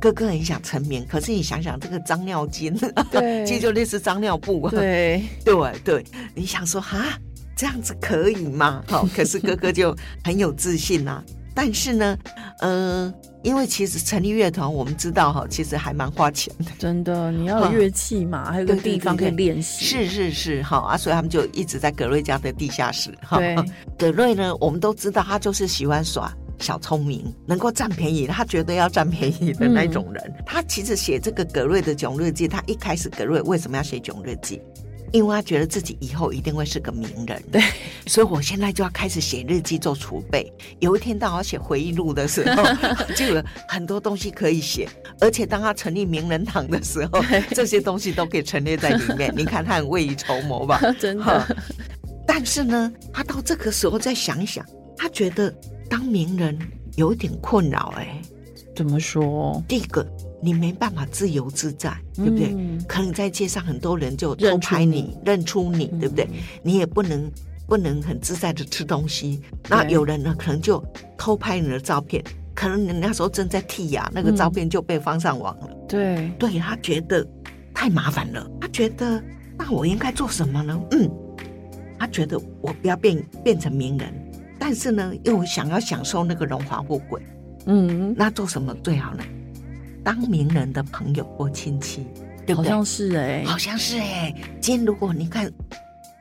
Speaker 2: 哥哥很想成名，可是你想想这个张尿金，
Speaker 1: 对
Speaker 2: 其实就类似张尿布，啊
Speaker 1: 对，
Speaker 2: 对对你想说哈，这样子可以吗？好、可是哥哥就很有自信呐、 但是呢，呃，因为其实成立乐团，我们知道哈，其实还蛮花钱的。
Speaker 1: 真的，你要有乐器嘛，还有个
Speaker 2: 对对
Speaker 1: 地方可以
Speaker 2: 对
Speaker 1: 练习，
Speaker 2: 是是是，哈啊，所以他们就一直在葛瑞家的地下室。哈
Speaker 1: 对，
Speaker 2: 葛瑞呢，我们都知道他就是喜欢耍小聪明，能够占便宜，他绝对要占便宜的那种人。他其实写这个葛瑞的囧日记，他一开始葛瑞为什么要写囧日记？因为他觉得自己以后一定会是个名人，
Speaker 1: 对，
Speaker 2: 所以我现在就要开始写日记做储备。有一天到我写回忆录的时候，就有很多东西可以写，而且当他成立名人堂的时候，这些东西都可以陈列在里面。你看他很未雨绸缪吧？
Speaker 1: 真
Speaker 2: 哈
Speaker 1: 的，
Speaker 2: 但是呢，他到这个时候再想一想，他觉得当名人有点困扰哎、
Speaker 1: 怎么说？
Speaker 2: 第一个，你没办法自由自在，对不对？
Speaker 1: 嗯
Speaker 2: 可能在街上很多人就偷
Speaker 1: 认出
Speaker 2: 拍
Speaker 1: 你
Speaker 2: 你，认出你，嗯对不对？？你也不能不能很自在的吃东西。那
Speaker 1: 对
Speaker 2: 有人呢，可能就偷拍你的照片，可能你那时候正在剃牙，那个
Speaker 1: 嗯
Speaker 2: 照片就被放上网了。
Speaker 1: 对，
Speaker 2: 对他觉得太麻烦了，他觉得那我应该做什么呢？嗯，他觉得我不要变变成名人，但是呢，又想要享受那个荣华富贵，
Speaker 1: 嗯，
Speaker 2: 那做什么最好呢？当名人的朋友或亲戚，对
Speaker 1: 好
Speaker 2: 不对？
Speaker 1: 像是哎，
Speaker 2: 好像是哎、今天如果你看，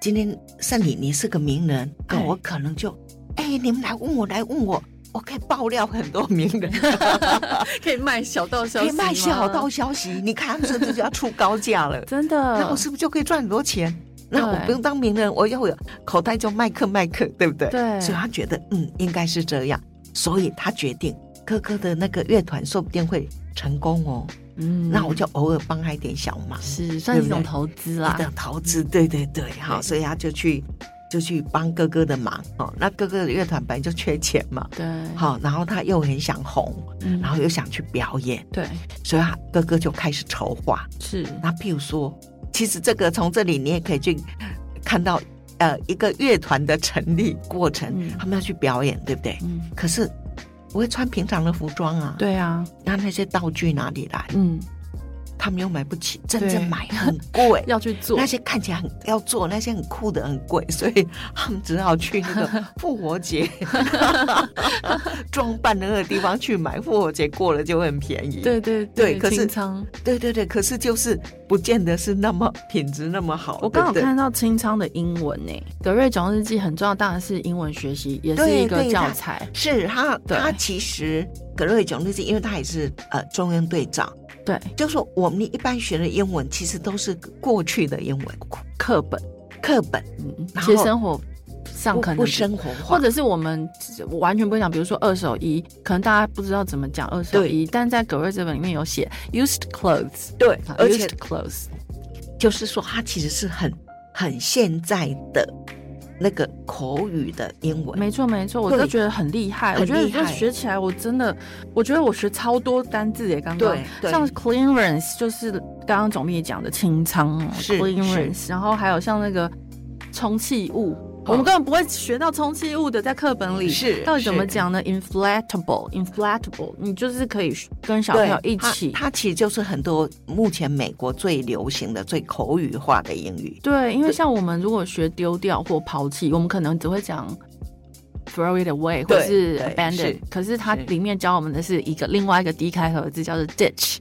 Speaker 2: 今天圣礼你是个名人，那、
Speaker 1: 对
Speaker 2: 我可能就，哎、你们来问我，来问我，我可以爆料很多名 人。
Speaker 1: 啊可以卖小道消？
Speaker 2: 可以卖小道，消息，你看他们是不是就要出高价了
Speaker 1: 真的，
Speaker 2: 那我是不是就可以赚很多钱？那我
Speaker 1: 对
Speaker 2: 不用当名人，我要有口袋就麦克麦克，对不对？
Speaker 1: 对
Speaker 2: 所以他觉得，嗯，应该是这样，所以他决定哥哥的那个乐团说不定会成功哦。
Speaker 1: 嗯
Speaker 2: 那我就偶尔帮他一点小忙，
Speaker 1: 是算是嗯一
Speaker 2: 对不
Speaker 1: 种
Speaker 2: 对
Speaker 1: 投资
Speaker 2: 一
Speaker 1: 啦，
Speaker 2: 点投资，对对对，好，
Speaker 1: 对
Speaker 2: 所以他就去就去帮哥哥的忙哦。那哥哥的乐团本来就缺钱嘛，
Speaker 1: 对，
Speaker 2: 好，然后他又很想红，
Speaker 1: 嗯，
Speaker 2: 然后又想去表演，
Speaker 1: 对，
Speaker 2: 所以他哥哥就开始筹划。
Speaker 1: 是，
Speaker 2: 那譬如说，其实这个从这里你也可以去看到，呃，一个乐团的成立过程，
Speaker 1: 嗯
Speaker 2: 他们要去表演，对不对？
Speaker 1: 嗯，
Speaker 2: 可是不会穿平常的服装啊，，
Speaker 1: 对啊，
Speaker 2: 那那些道具哪里来？
Speaker 1: 嗯，
Speaker 2: 他们又买不起，真
Speaker 1: 对。
Speaker 2: 正买很贵
Speaker 1: 要去做
Speaker 2: 那，些看起来很要做，那些很酷的很贵，所以他们只好去那 个复活节 装扮的那个地方去买。复活节过了就会很便宜。
Speaker 1: 对对
Speaker 2: 对可是
Speaker 1: 清仓，
Speaker 2: 对对对，可是就是不见得是那么品质那么好。
Speaker 1: 我刚好
Speaker 2: 哦对不对
Speaker 1: 看到清仓的英文呢，《葛瑞囧日记》很重要，当然是英文学习，也是
Speaker 2: 对
Speaker 1: 一个
Speaker 2: 对
Speaker 1: 教
Speaker 2: 它
Speaker 1: 材，
Speaker 2: 是他，
Speaker 1: 对
Speaker 2: 他其实葛瑞囧就是因为他也是呃中央队长，
Speaker 1: 对，
Speaker 2: 就是说我们一般学的英文其实都是过去的英文
Speaker 1: 课本，
Speaker 2: 课本，
Speaker 1: 嗯，
Speaker 2: 然
Speaker 1: 其实
Speaker 2: 后
Speaker 1: 生活上
Speaker 2: 不
Speaker 1: 可能
Speaker 2: 不
Speaker 1: 比
Speaker 2: 生活化，
Speaker 1: 或者是我们完全不会讲，比如说二手衣，可能大家不知道怎么讲二手衣，但在葛瑞这本里面有写 used clothes，
Speaker 2: 对
Speaker 1: 啊，
Speaker 2: 而且
Speaker 1: used clothes，
Speaker 2: 就是说他其实是很很现在的那个口语的英文，
Speaker 1: 没错没错，我
Speaker 2: 对
Speaker 1: 都觉得很厉害，
Speaker 2: 很
Speaker 1: 我觉得
Speaker 2: 厉害
Speaker 1: 就学起来我真的，我觉得我学超多单字耶，刚刚
Speaker 2: 对对
Speaker 1: 像 clearance 就是刚刚总秘讲的清仓哦
Speaker 2: 是哦
Speaker 1: clearance，然后还有像那个充气物。我们根本不会学到充气物的，在课本里
Speaker 2: 是
Speaker 1: 到底怎么
Speaker 2: 是
Speaker 1: 讲呢？inflatable，inflatable，你就是可以跟小朋友一起
Speaker 2: 它其实就是很多目前美国最流行的、最口语化的英语。
Speaker 1: 对，因为
Speaker 2: 对
Speaker 1: 像我们如果学丢掉或抛弃，我们可能只会讲 throw it away
Speaker 2: 对
Speaker 1: 或是
Speaker 2: 对
Speaker 1: abandon，
Speaker 2: 是
Speaker 1: 可是它
Speaker 2: 是
Speaker 1: 里面教我们的是一个另外一个 D 开头的字叫做 ditch，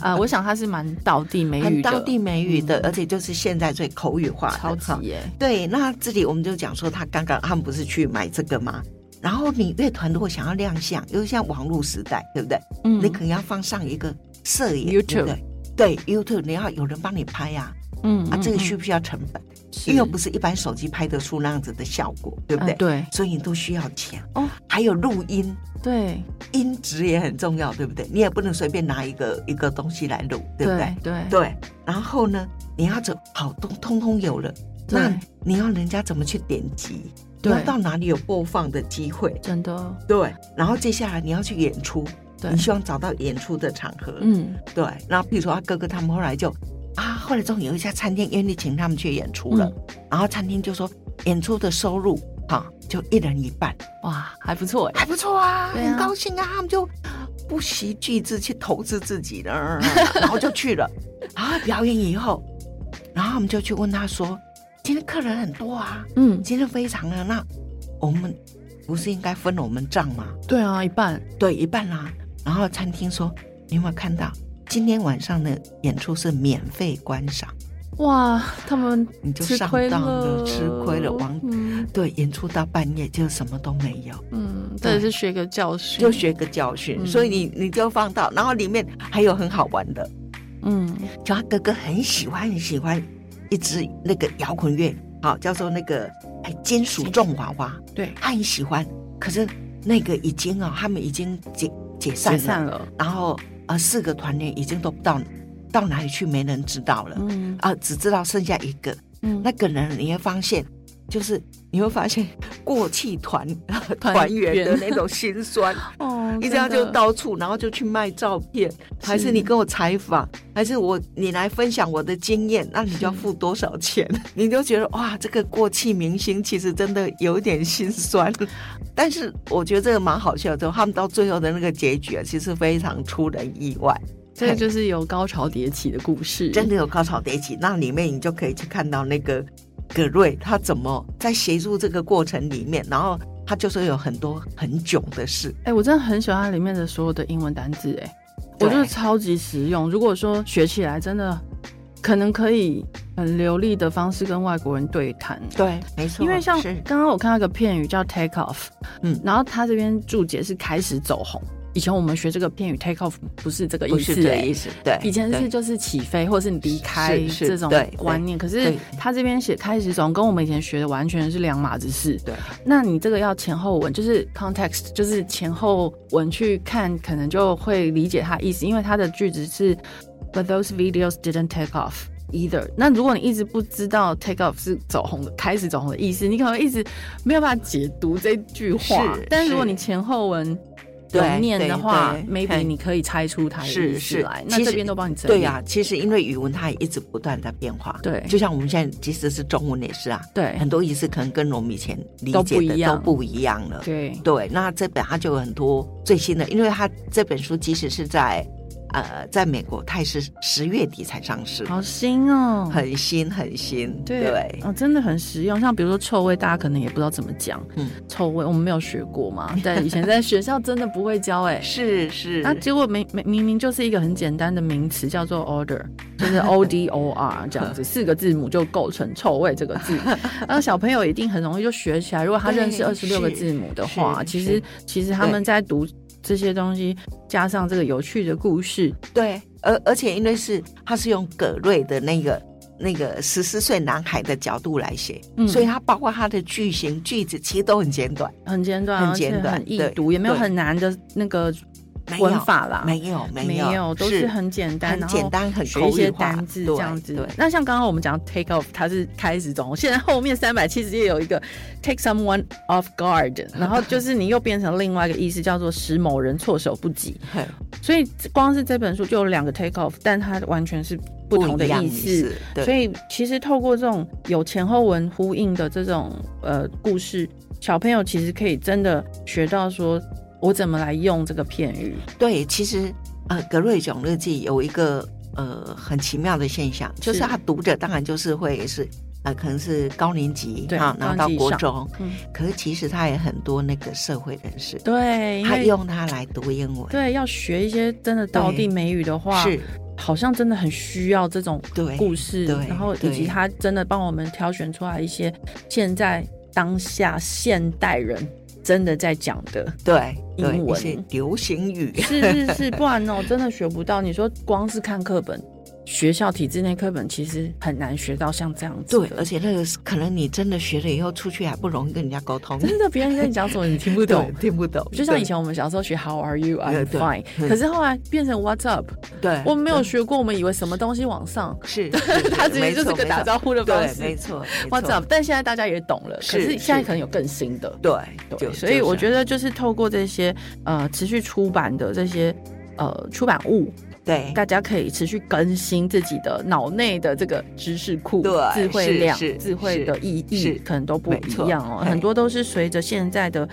Speaker 1: 啊、 我想它是蛮道地美
Speaker 2: 很
Speaker 1: 语的，
Speaker 2: 当地美语的，
Speaker 1: 嗯
Speaker 2: 而且就是现在最口语化的
Speaker 1: 超
Speaker 2: 哈
Speaker 1: 级耶、
Speaker 2: 对，那这里我们就讲说，他刚刚他们不是去买这个吗？然后你乐团如果想要亮相，尤其像网络时代，对不对？
Speaker 1: 嗯
Speaker 2: 你可能要放上一个摄影
Speaker 1: YouTube
Speaker 2: 对不对对 YouTube，你要有人帮你拍呀、
Speaker 1: 嗯
Speaker 2: 啊，这个需
Speaker 1: 嗯
Speaker 2: 不需要成本？
Speaker 1: 是
Speaker 2: 因为不是一般手机拍得出那样子的效果，对不
Speaker 1: 嗯
Speaker 2: 对？
Speaker 1: 对
Speaker 2: 所以你都需要钱
Speaker 1: 哦。
Speaker 2: 还有录音，
Speaker 1: 对
Speaker 2: 音质也很重要，对不对？你也不能随便拿一个一个东西来录，对不对？
Speaker 1: 对
Speaker 2: 对，然后呢，你要走好通通通有了，
Speaker 1: 对
Speaker 2: 那你要人家怎么去点击？你
Speaker 1: 对
Speaker 2: 要到哪里有播放的机会？
Speaker 1: 真的
Speaker 2: 对，然后接下来你要去演出，
Speaker 1: 对
Speaker 2: 你希望找到演出的场合，，
Speaker 1: 嗯
Speaker 2: 对。那比如说他哥哥他们后来就啊，后来终于有一家餐厅愿意请他们去演出了，
Speaker 1: 嗯
Speaker 2: 然后餐厅就说演出的收入哈、就一人一半，
Speaker 1: 哇还不错哎、
Speaker 2: 还不错啊，
Speaker 1: 对啊
Speaker 2: 很高兴啊，他们就不惜巨资去投资自己了， 然后就去了。啊，表演以后，然后他们就去问他说：“今天客人很多啊，
Speaker 1: 嗯
Speaker 2: 今天非常啊，那我们不是应该分我们账吗？
Speaker 1: 对啊一半
Speaker 2: 对，一半啦、然后餐厅说：“你有没有看到今天晚上的演出是免费观赏？
Speaker 1: 哇他们
Speaker 2: 你就
Speaker 1: 吃
Speaker 2: 上
Speaker 1: 亏
Speaker 2: 当
Speaker 1: 了
Speaker 2: 了，吃亏了，王。
Speaker 1: 嗯
Speaker 2: 对，演出到半夜就什么都没有。”
Speaker 1: 嗯这也是学个教训
Speaker 2: 就学个教训，
Speaker 1: 嗯
Speaker 2: 所以你你就放到，然后里面还有很好玩的，
Speaker 1: 嗯
Speaker 2: 就他哥哥很喜欢很喜欢一支那个摇滚乐，好叫做那个哎金属重娃娃，
Speaker 1: 对
Speaker 2: 他很喜欢，可是那个已经啊、他们已经解解散了，
Speaker 1: 了
Speaker 2: 然后呃四个团员已经都不到到哪里去，没人知道了，
Speaker 1: 嗯
Speaker 2: 啊、只知道剩下一个，
Speaker 1: 嗯
Speaker 2: 那个人你会发现，就是你会发现过气团
Speaker 1: 团
Speaker 2: 团员的
Speaker 1: 员
Speaker 2: 那种心酸。
Speaker 1: 哦
Speaker 2: 一这样就到处，然后就去卖照片，还是你跟我采访，还是我你来分享我的经验，那你就要付多 少钱？你就觉得哇，这个过气明星其实真的有点心酸。 但是我觉得这个蛮好笑的，他们到最后的那个结局啊，其实非常出人意外，
Speaker 1: 这个就是有高潮迭起的故事
Speaker 2: 真的有高潮迭起。那里面你就可以去看到那个葛瑞他怎么在协助这个过程里面，然后他就说有很多很囧的事，
Speaker 1: 哎、我真的很喜欢它里面的所有的英文单字、哎，
Speaker 2: 对
Speaker 1: 我觉得超级实用。如果说学起来，真的可能可以很流利的方式跟外国人对谈。
Speaker 2: 对，没错，
Speaker 1: 因为像
Speaker 2: 是
Speaker 1: 刚刚我看到一个片语叫 take off，
Speaker 2: 嗯
Speaker 1: 然后它这边注解是开始走红。以前我们学这个片语 take off 不是这个
Speaker 2: 不
Speaker 1: 意
Speaker 2: 是
Speaker 1: 思、
Speaker 2: 这个
Speaker 1: 哎
Speaker 2: 意思，对，
Speaker 1: 以前
Speaker 2: 对
Speaker 1: 是就是起飞，或是你离开
Speaker 2: 是是
Speaker 1: 这种
Speaker 2: 对
Speaker 1: 观念，可是
Speaker 2: 对
Speaker 1: 他这边写开始总跟我们以前学的完全是两码子事。
Speaker 2: 对，
Speaker 1: 那你这个要前后文，就是 context，就是前后文去看，可能就会理解他意思，因为他的句子是 But those videos didn't take off either。那如果你一直不知道 take off 是走红的开始走红的意思，你可能一直没有办法解读这句话
Speaker 2: 是。
Speaker 1: 但如果
Speaker 2: 是
Speaker 1: 你前后文有
Speaker 2: 对
Speaker 1: 念的
Speaker 2: 对
Speaker 1: 话
Speaker 2: 对
Speaker 1: ，maybe
Speaker 2: 嘿
Speaker 1: 你可以猜出它的意
Speaker 2: 是
Speaker 1: 思
Speaker 2: 是
Speaker 1: 来。，
Speaker 2: 其
Speaker 1: 那
Speaker 2: 实
Speaker 1: 这边都帮你整理。
Speaker 2: 对呀、其实因为语文它也一直不断在变化，
Speaker 1: 对
Speaker 2: 就像我们现在即使是中文也是啊，
Speaker 1: 对
Speaker 2: 很多意思可能跟我们以前理
Speaker 1: 都
Speaker 2: 解
Speaker 1: 不
Speaker 2: 的
Speaker 1: 一
Speaker 2: 都
Speaker 1: 样
Speaker 2: 不一样了。
Speaker 1: 对
Speaker 2: 对，那这本它就有很多最新的，因为它这本书即使是在呃在美国，它也是十月底才上市，
Speaker 1: 好新哦，
Speaker 2: 很新很新。
Speaker 1: 对哦，真的很实用。像比如说臭味，大家可能也不知道怎么讲，
Speaker 2: 嗯
Speaker 1: 臭味我们没有学过嘛，但以前在学校真的不会教哎、
Speaker 2: 是是，
Speaker 1: 那结果明明明明就是一个很简单的名词，叫做 odor，就是 O D O R 这 样子，四个字母就构成臭味这个字。然后小朋友一定很容易就学起来。如果他认识
Speaker 2: 对
Speaker 1: 二十六个字母的话，
Speaker 2: 是
Speaker 1: 其
Speaker 2: 是
Speaker 1: 实其实他
Speaker 2: 对
Speaker 1: 们在读这些东西，加上这个有趣的故事，
Speaker 2: 对，而而且因为是他是用葛瑞的那个那个十四岁男孩的角度来写，
Speaker 1: 嗯
Speaker 2: 所以他包括他的句型、句子其实都很简短，
Speaker 1: 很简短，
Speaker 2: 很简
Speaker 1: 而且
Speaker 2: 短
Speaker 1: 很易
Speaker 2: 对
Speaker 1: 读，也没有
Speaker 2: 对
Speaker 1: 很难的那个
Speaker 2: 没有
Speaker 1: 文法啦。
Speaker 2: 没有没有
Speaker 1: 没有，都是很简单，
Speaker 2: 很
Speaker 1: 然后
Speaker 2: 简单很
Speaker 1: 学一
Speaker 2: 口
Speaker 1: 些
Speaker 2: 语化
Speaker 1: 单字
Speaker 2: 对
Speaker 1: 这样子。
Speaker 2: 对
Speaker 1: 那像刚刚我们讲 take off，它是开始中，现在后面三百七十页有一个 take someone off guard，然后就是你又变成另外一个意思，叫做使某人措手不及。
Speaker 2: 很
Speaker 1: 所以光是这本书就有两个 take off，但它完全是不同的
Speaker 2: 一样
Speaker 1: 意思。，
Speaker 2: 对，
Speaker 1: 所以其实透过这种有前后文呼应的这种呃故事，小朋友其实可以真的学到说我怎么来用这个片语。
Speaker 2: 对，其实呃，格瑞囧日记有一个呃很奇妙的现象，就是
Speaker 1: 是
Speaker 2: 他读者当然就是会是呃，可能是高年级
Speaker 1: 对
Speaker 2: 哈，然后
Speaker 1: 高
Speaker 2: 到
Speaker 1: 年级以
Speaker 2: 国
Speaker 1: 上
Speaker 2: 中，
Speaker 1: 嗯，
Speaker 2: 可是其实他也很多那个社会人士，
Speaker 1: 对，因
Speaker 2: 他
Speaker 1: 为
Speaker 2: 用它来读英文，
Speaker 1: 对要学一些真的道地
Speaker 2: 对
Speaker 1: 美语的话，
Speaker 2: 是
Speaker 1: 好像真的很需要这种
Speaker 2: 对
Speaker 1: 故事，
Speaker 2: 对
Speaker 1: 然后以及
Speaker 2: 对
Speaker 1: 他真的帮我们挑选出来一些现在当下现代人真的在讲 的。
Speaker 2: 对对
Speaker 1: 英
Speaker 2: 一
Speaker 1: 文
Speaker 2: 些流 行语，
Speaker 1: 是是是，不然哦，真的学不到。你说光是看课本，学校体制内课本其实很难学到像这样子
Speaker 2: 对
Speaker 1: 的。，
Speaker 2: 而且那个是可能你真的学了以后出去还不容易跟人家沟通，
Speaker 1: 真的，别人跟你讲什么你听不懂
Speaker 2: 对。听不懂，
Speaker 1: 就像
Speaker 2: 对
Speaker 1: 以前我们小时候学 How are you,
Speaker 2: 呃
Speaker 1: I'm
Speaker 2: 对
Speaker 1: fine，
Speaker 2: 嗯
Speaker 1: 可是后来变成 What's up，
Speaker 2: 对，
Speaker 1: 我们没有学过，我们以为什么东西往上，
Speaker 2: 是，
Speaker 1: 它直接就是个打招
Speaker 2: 呼
Speaker 1: 呼的方
Speaker 2: 对，
Speaker 1: 式。
Speaker 2: 没错，没
Speaker 1: What's
Speaker 2: 错
Speaker 1: up？但现在大家也懂了，可
Speaker 2: 是
Speaker 1: 是现在
Speaker 2: 是
Speaker 1: 可能有更新的。
Speaker 2: 对，
Speaker 1: 对，
Speaker 2: 就
Speaker 1: 所以我觉
Speaker 2: 得
Speaker 1: 得就是透过这些呃持续出版的这些呃出版物，
Speaker 2: 对。
Speaker 1: 大家可以持续更新自己的脑内的这个知识库、
Speaker 2: 对
Speaker 1: 智慧量
Speaker 2: 是是、
Speaker 1: 智慧的意
Speaker 2: 是
Speaker 1: 义，可能都不一样哦
Speaker 2: 没，错
Speaker 1: 很多都是随着现在的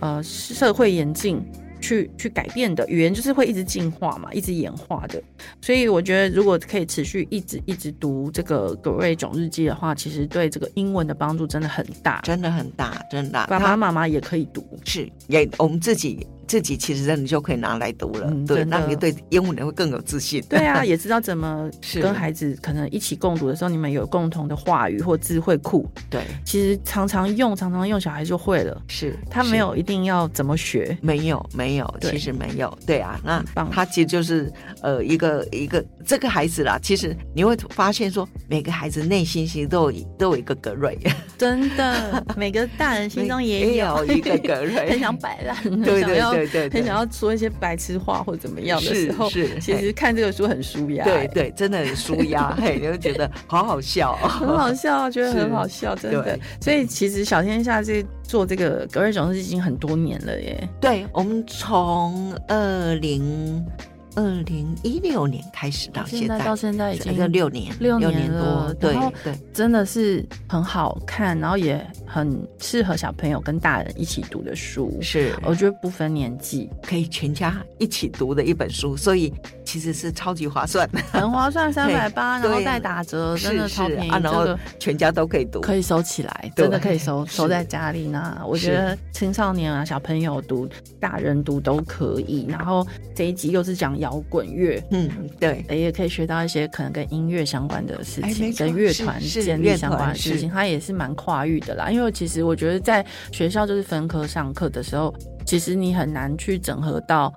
Speaker 1: 呃社会演进。去去改变的语言就是会一直进化嘛，一直演化的，所以我觉得如果可以持续一直一直读这个《葛瑞总日记》的话，其实对这个英文的帮助真的很大。
Speaker 2: 真的很大，真的大。
Speaker 1: 爸爸妈妈也可以读，
Speaker 2: 是也我们自己自己其实真的就可以拿来读了，
Speaker 1: 嗯
Speaker 2: 对，
Speaker 1: 真的
Speaker 2: 让你对英文会更有自信。
Speaker 1: 对 啊，也知道怎么
Speaker 2: 是
Speaker 1: 跟孩子可能一起共读的时候，你们有共同的话语或智慧库，
Speaker 2: 对，
Speaker 1: 其实常常用，常常用，小孩就会了。
Speaker 2: 是
Speaker 1: 他
Speaker 2: 是
Speaker 1: 没有一定要怎么学，
Speaker 2: 没有没有，
Speaker 1: 对
Speaker 2: 其实没有，对啊，那
Speaker 1: 很棒
Speaker 2: 他其实就是呃一个一个这个孩子啦，其实你会发现说每个孩子内心其实都有都有一个格瑞，
Speaker 1: 真 的，每个大人 心中也有
Speaker 2: 有一个格 瑞，
Speaker 1: 很想摆烂，很
Speaker 2: 对
Speaker 1: 想
Speaker 2: 对
Speaker 1: 要
Speaker 2: 对对，对
Speaker 1: 很想要说一些白痴话或怎么样的
Speaker 2: 是
Speaker 1: 时候，
Speaker 2: 是
Speaker 1: 其实看这个书很舒压、
Speaker 2: 对
Speaker 1: 哎
Speaker 2: 对，真的很舒 压，嘿，你会觉得好好笑哦，
Speaker 1: 很好笑，觉得
Speaker 2: 是
Speaker 1: 很好笑，真的
Speaker 2: 对。
Speaker 1: 所以其实小天下这做这个格瑞总是已经很多年了耶，
Speaker 2: 对，我们从二零二零一六年开始到现在，
Speaker 1: 到现在已经
Speaker 2: 这六年，
Speaker 1: 六
Speaker 2: 年
Speaker 1: 年了
Speaker 2: 多，对
Speaker 1: 然后
Speaker 2: 对
Speaker 1: 真的是很好看，然后也很适合小朋友跟大人一起读的书。
Speaker 2: 是，
Speaker 1: 我觉得不分年纪，
Speaker 2: 可以全家一起读的一本书，所以其实是超级划算，
Speaker 1: 很划算，三百八，然后
Speaker 2: 对
Speaker 1: 再打折，哦真的
Speaker 2: 是是
Speaker 1: 超便宜。
Speaker 2: 啊，
Speaker 1: 这
Speaker 2: 然后
Speaker 1: 个
Speaker 2: 全家都可以读，
Speaker 1: 可以收起来，
Speaker 2: 对
Speaker 1: 真的可以收
Speaker 2: 是
Speaker 1: 收在家里呢。我觉得青少年啊、小朋友读、大人读都可以。然后这一集又是讲摇滚乐，
Speaker 2: 嗯，对。
Speaker 1: 诶也可以学到一些可能跟音乐相关的事
Speaker 2: 哎
Speaker 1: 情，
Speaker 2: 没错
Speaker 1: 跟乐团
Speaker 2: 是是
Speaker 1: 建立
Speaker 2: 乐
Speaker 1: 相关的
Speaker 2: 团
Speaker 1: 事情，
Speaker 2: 是
Speaker 1: 它也是蛮跨域的啦。因为其实我觉得在学校就是分科上课的时候，其实你很难去整合到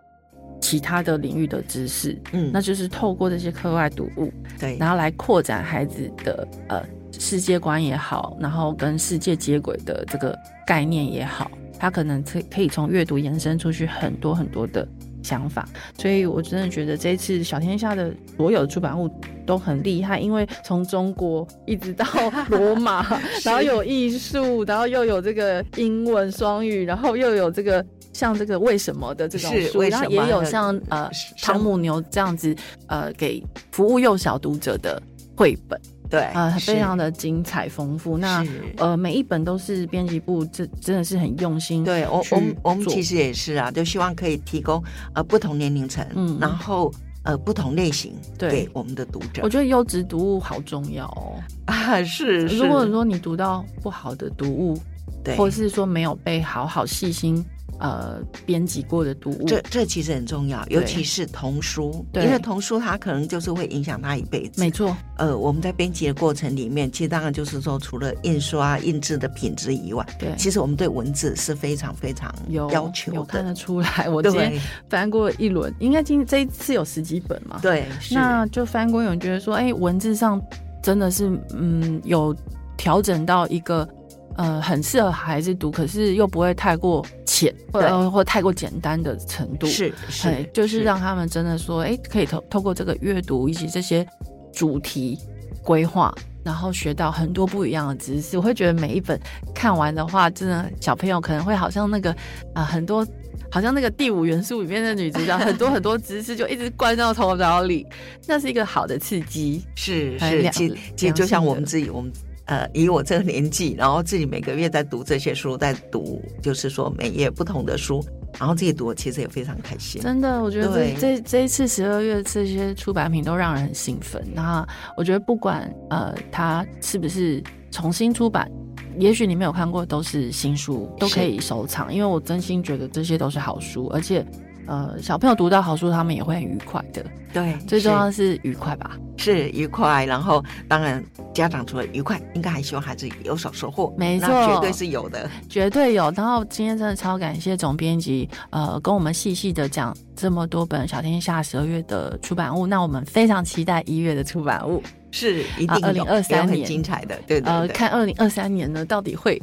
Speaker 1: 其他的领域的知识，
Speaker 2: 嗯，
Speaker 1: 那就是透过这些课外读物，
Speaker 2: 对，
Speaker 1: 然后来扩展孩子的呃世界观也好，然后跟世界接轨的这个概念也好，他可能可以可以从阅读延伸出去很多很多的想法。所以我真的觉得这一次小天下的所有出版物都很厉害，因为从中国一直到罗马， 然后有艺术，然后又有这个英文双语，然后又有这个。像这个为什么的这种
Speaker 2: 是
Speaker 1: 书，
Speaker 2: 为
Speaker 1: 然后
Speaker 2: 什
Speaker 1: 也
Speaker 2: 么
Speaker 1: 有
Speaker 2: 的
Speaker 1: 像呃
Speaker 2: 是
Speaker 1: 汤姆牛这样子呃给服务幼小读者的绘本，
Speaker 2: 对，
Speaker 1: 呃，
Speaker 2: 哎是
Speaker 1: 非常的精彩丰富。那
Speaker 2: 是
Speaker 1: 呃，每一本都是编辑部这真的是很用心，
Speaker 2: 对我
Speaker 1: 嗯去
Speaker 2: 我们我们
Speaker 1: 做
Speaker 2: 其实也是啊，就希望可以提供呃不同年龄层，
Speaker 1: 嗯
Speaker 2: 然后呃不同类型
Speaker 1: 对
Speaker 2: 给我们的读者
Speaker 1: 我觉得优质读物好重要哦。
Speaker 2: 啊， 是是，
Speaker 1: 如果说你读到不好的读物，
Speaker 2: 对，
Speaker 1: 或是说没有被好好细心呃编辑过的读物，
Speaker 2: 这这其实很重要，
Speaker 1: 对
Speaker 2: 尤其是童书，
Speaker 1: 对
Speaker 2: 因为童书它可能就是会影响他一辈子
Speaker 1: 没。错，
Speaker 2: 呃，我们在编辑的过程里面，其实当然就是说，除了印刷印制的品质以外，
Speaker 1: 对，
Speaker 2: 其实我们对文字是非常非常
Speaker 1: 有
Speaker 2: 要
Speaker 1: 有
Speaker 2: 求
Speaker 1: 看
Speaker 2: 的。
Speaker 1: 得出来。我今天
Speaker 2: 对
Speaker 1: 翻过一轮，应该今这一次有十几本嘛？
Speaker 2: 对，是
Speaker 1: 那就翻过有人觉得说，哎、文字上真的是，嗯，有调整到一个，呃，很适合孩子读，可是又不会太过浅，或
Speaker 2: 对
Speaker 1: 呃或太过简单的程度。，
Speaker 2: 是
Speaker 1: 哎
Speaker 2: 是，，
Speaker 1: 就是让他们真的说，哎、可以透透过这个阅读以及这些主题规划。然后学到很多不一样的知识，我会觉得每一本看完的话，真的小朋友可能会好像那个啊、呃很多好像那个第五元素里面的女主角，很多很多知识就一直灌到头脑里，那是一个好的刺激。
Speaker 2: 是
Speaker 1: 很
Speaker 2: 是，
Speaker 1: 良
Speaker 2: 其其实
Speaker 1: 良
Speaker 2: 就
Speaker 1: 哎
Speaker 2: 像
Speaker 1: 性
Speaker 2: 我
Speaker 1: 的
Speaker 2: 们自己，我们呃，以我这个年纪，然后自己每个月在读这些书，在读就是说每页不同的书，然后自己读，其实也非常开心。
Speaker 1: 真的，我觉得这
Speaker 2: 对
Speaker 1: 这这一次十二月这些出版品都让人很兴奋。那我觉得不管呃它是不是重新出版，也许你没有看过，都是新书，都可以收藏，因为我真心觉得这些都是好书，而且呃，小朋友读到好书，他们也会很愉快的。
Speaker 2: 对，
Speaker 1: 最重要的是愉快吧？
Speaker 2: 是愉快，然后当然家长除了愉快，应该还希望孩子有所收获，
Speaker 1: 没错
Speaker 2: 那绝对是有的。
Speaker 1: 绝对有。然后今天真的超感谢总编辑，呃，跟我们细细的讲这么多本《小天下》十二月的出版物，那我们非常期待一月的出版物。
Speaker 2: 是一
Speaker 1: 啊
Speaker 2: 定有，
Speaker 1: 2023
Speaker 2: 有很
Speaker 1: 年
Speaker 2: 精彩的，对对对。
Speaker 1: 呃，看二零二三年呢，到底会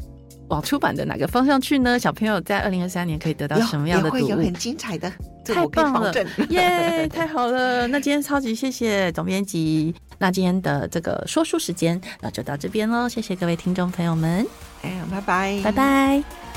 Speaker 1: 往出版的哪个方向去呢？小朋友在二零二三年可以得到
Speaker 2: 有
Speaker 1: 什么样的
Speaker 2: 也会
Speaker 1: 读
Speaker 2: 有
Speaker 1: 物
Speaker 2: 很？精彩的，这
Speaker 1: 太
Speaker 2: 我可以
Speaker 1: 棒
Speaker 2: 保
Speaker 1: 了
Speaker 2: 证。
Speaker 1: 耶，太好了！那今天超级谢谢总编辑。那今天的这个说书时间，那就到这边喽，谢谢各位听众朋友们，
Speaker 2: 哎，拜拜，
Speaker 1: 拜。拜。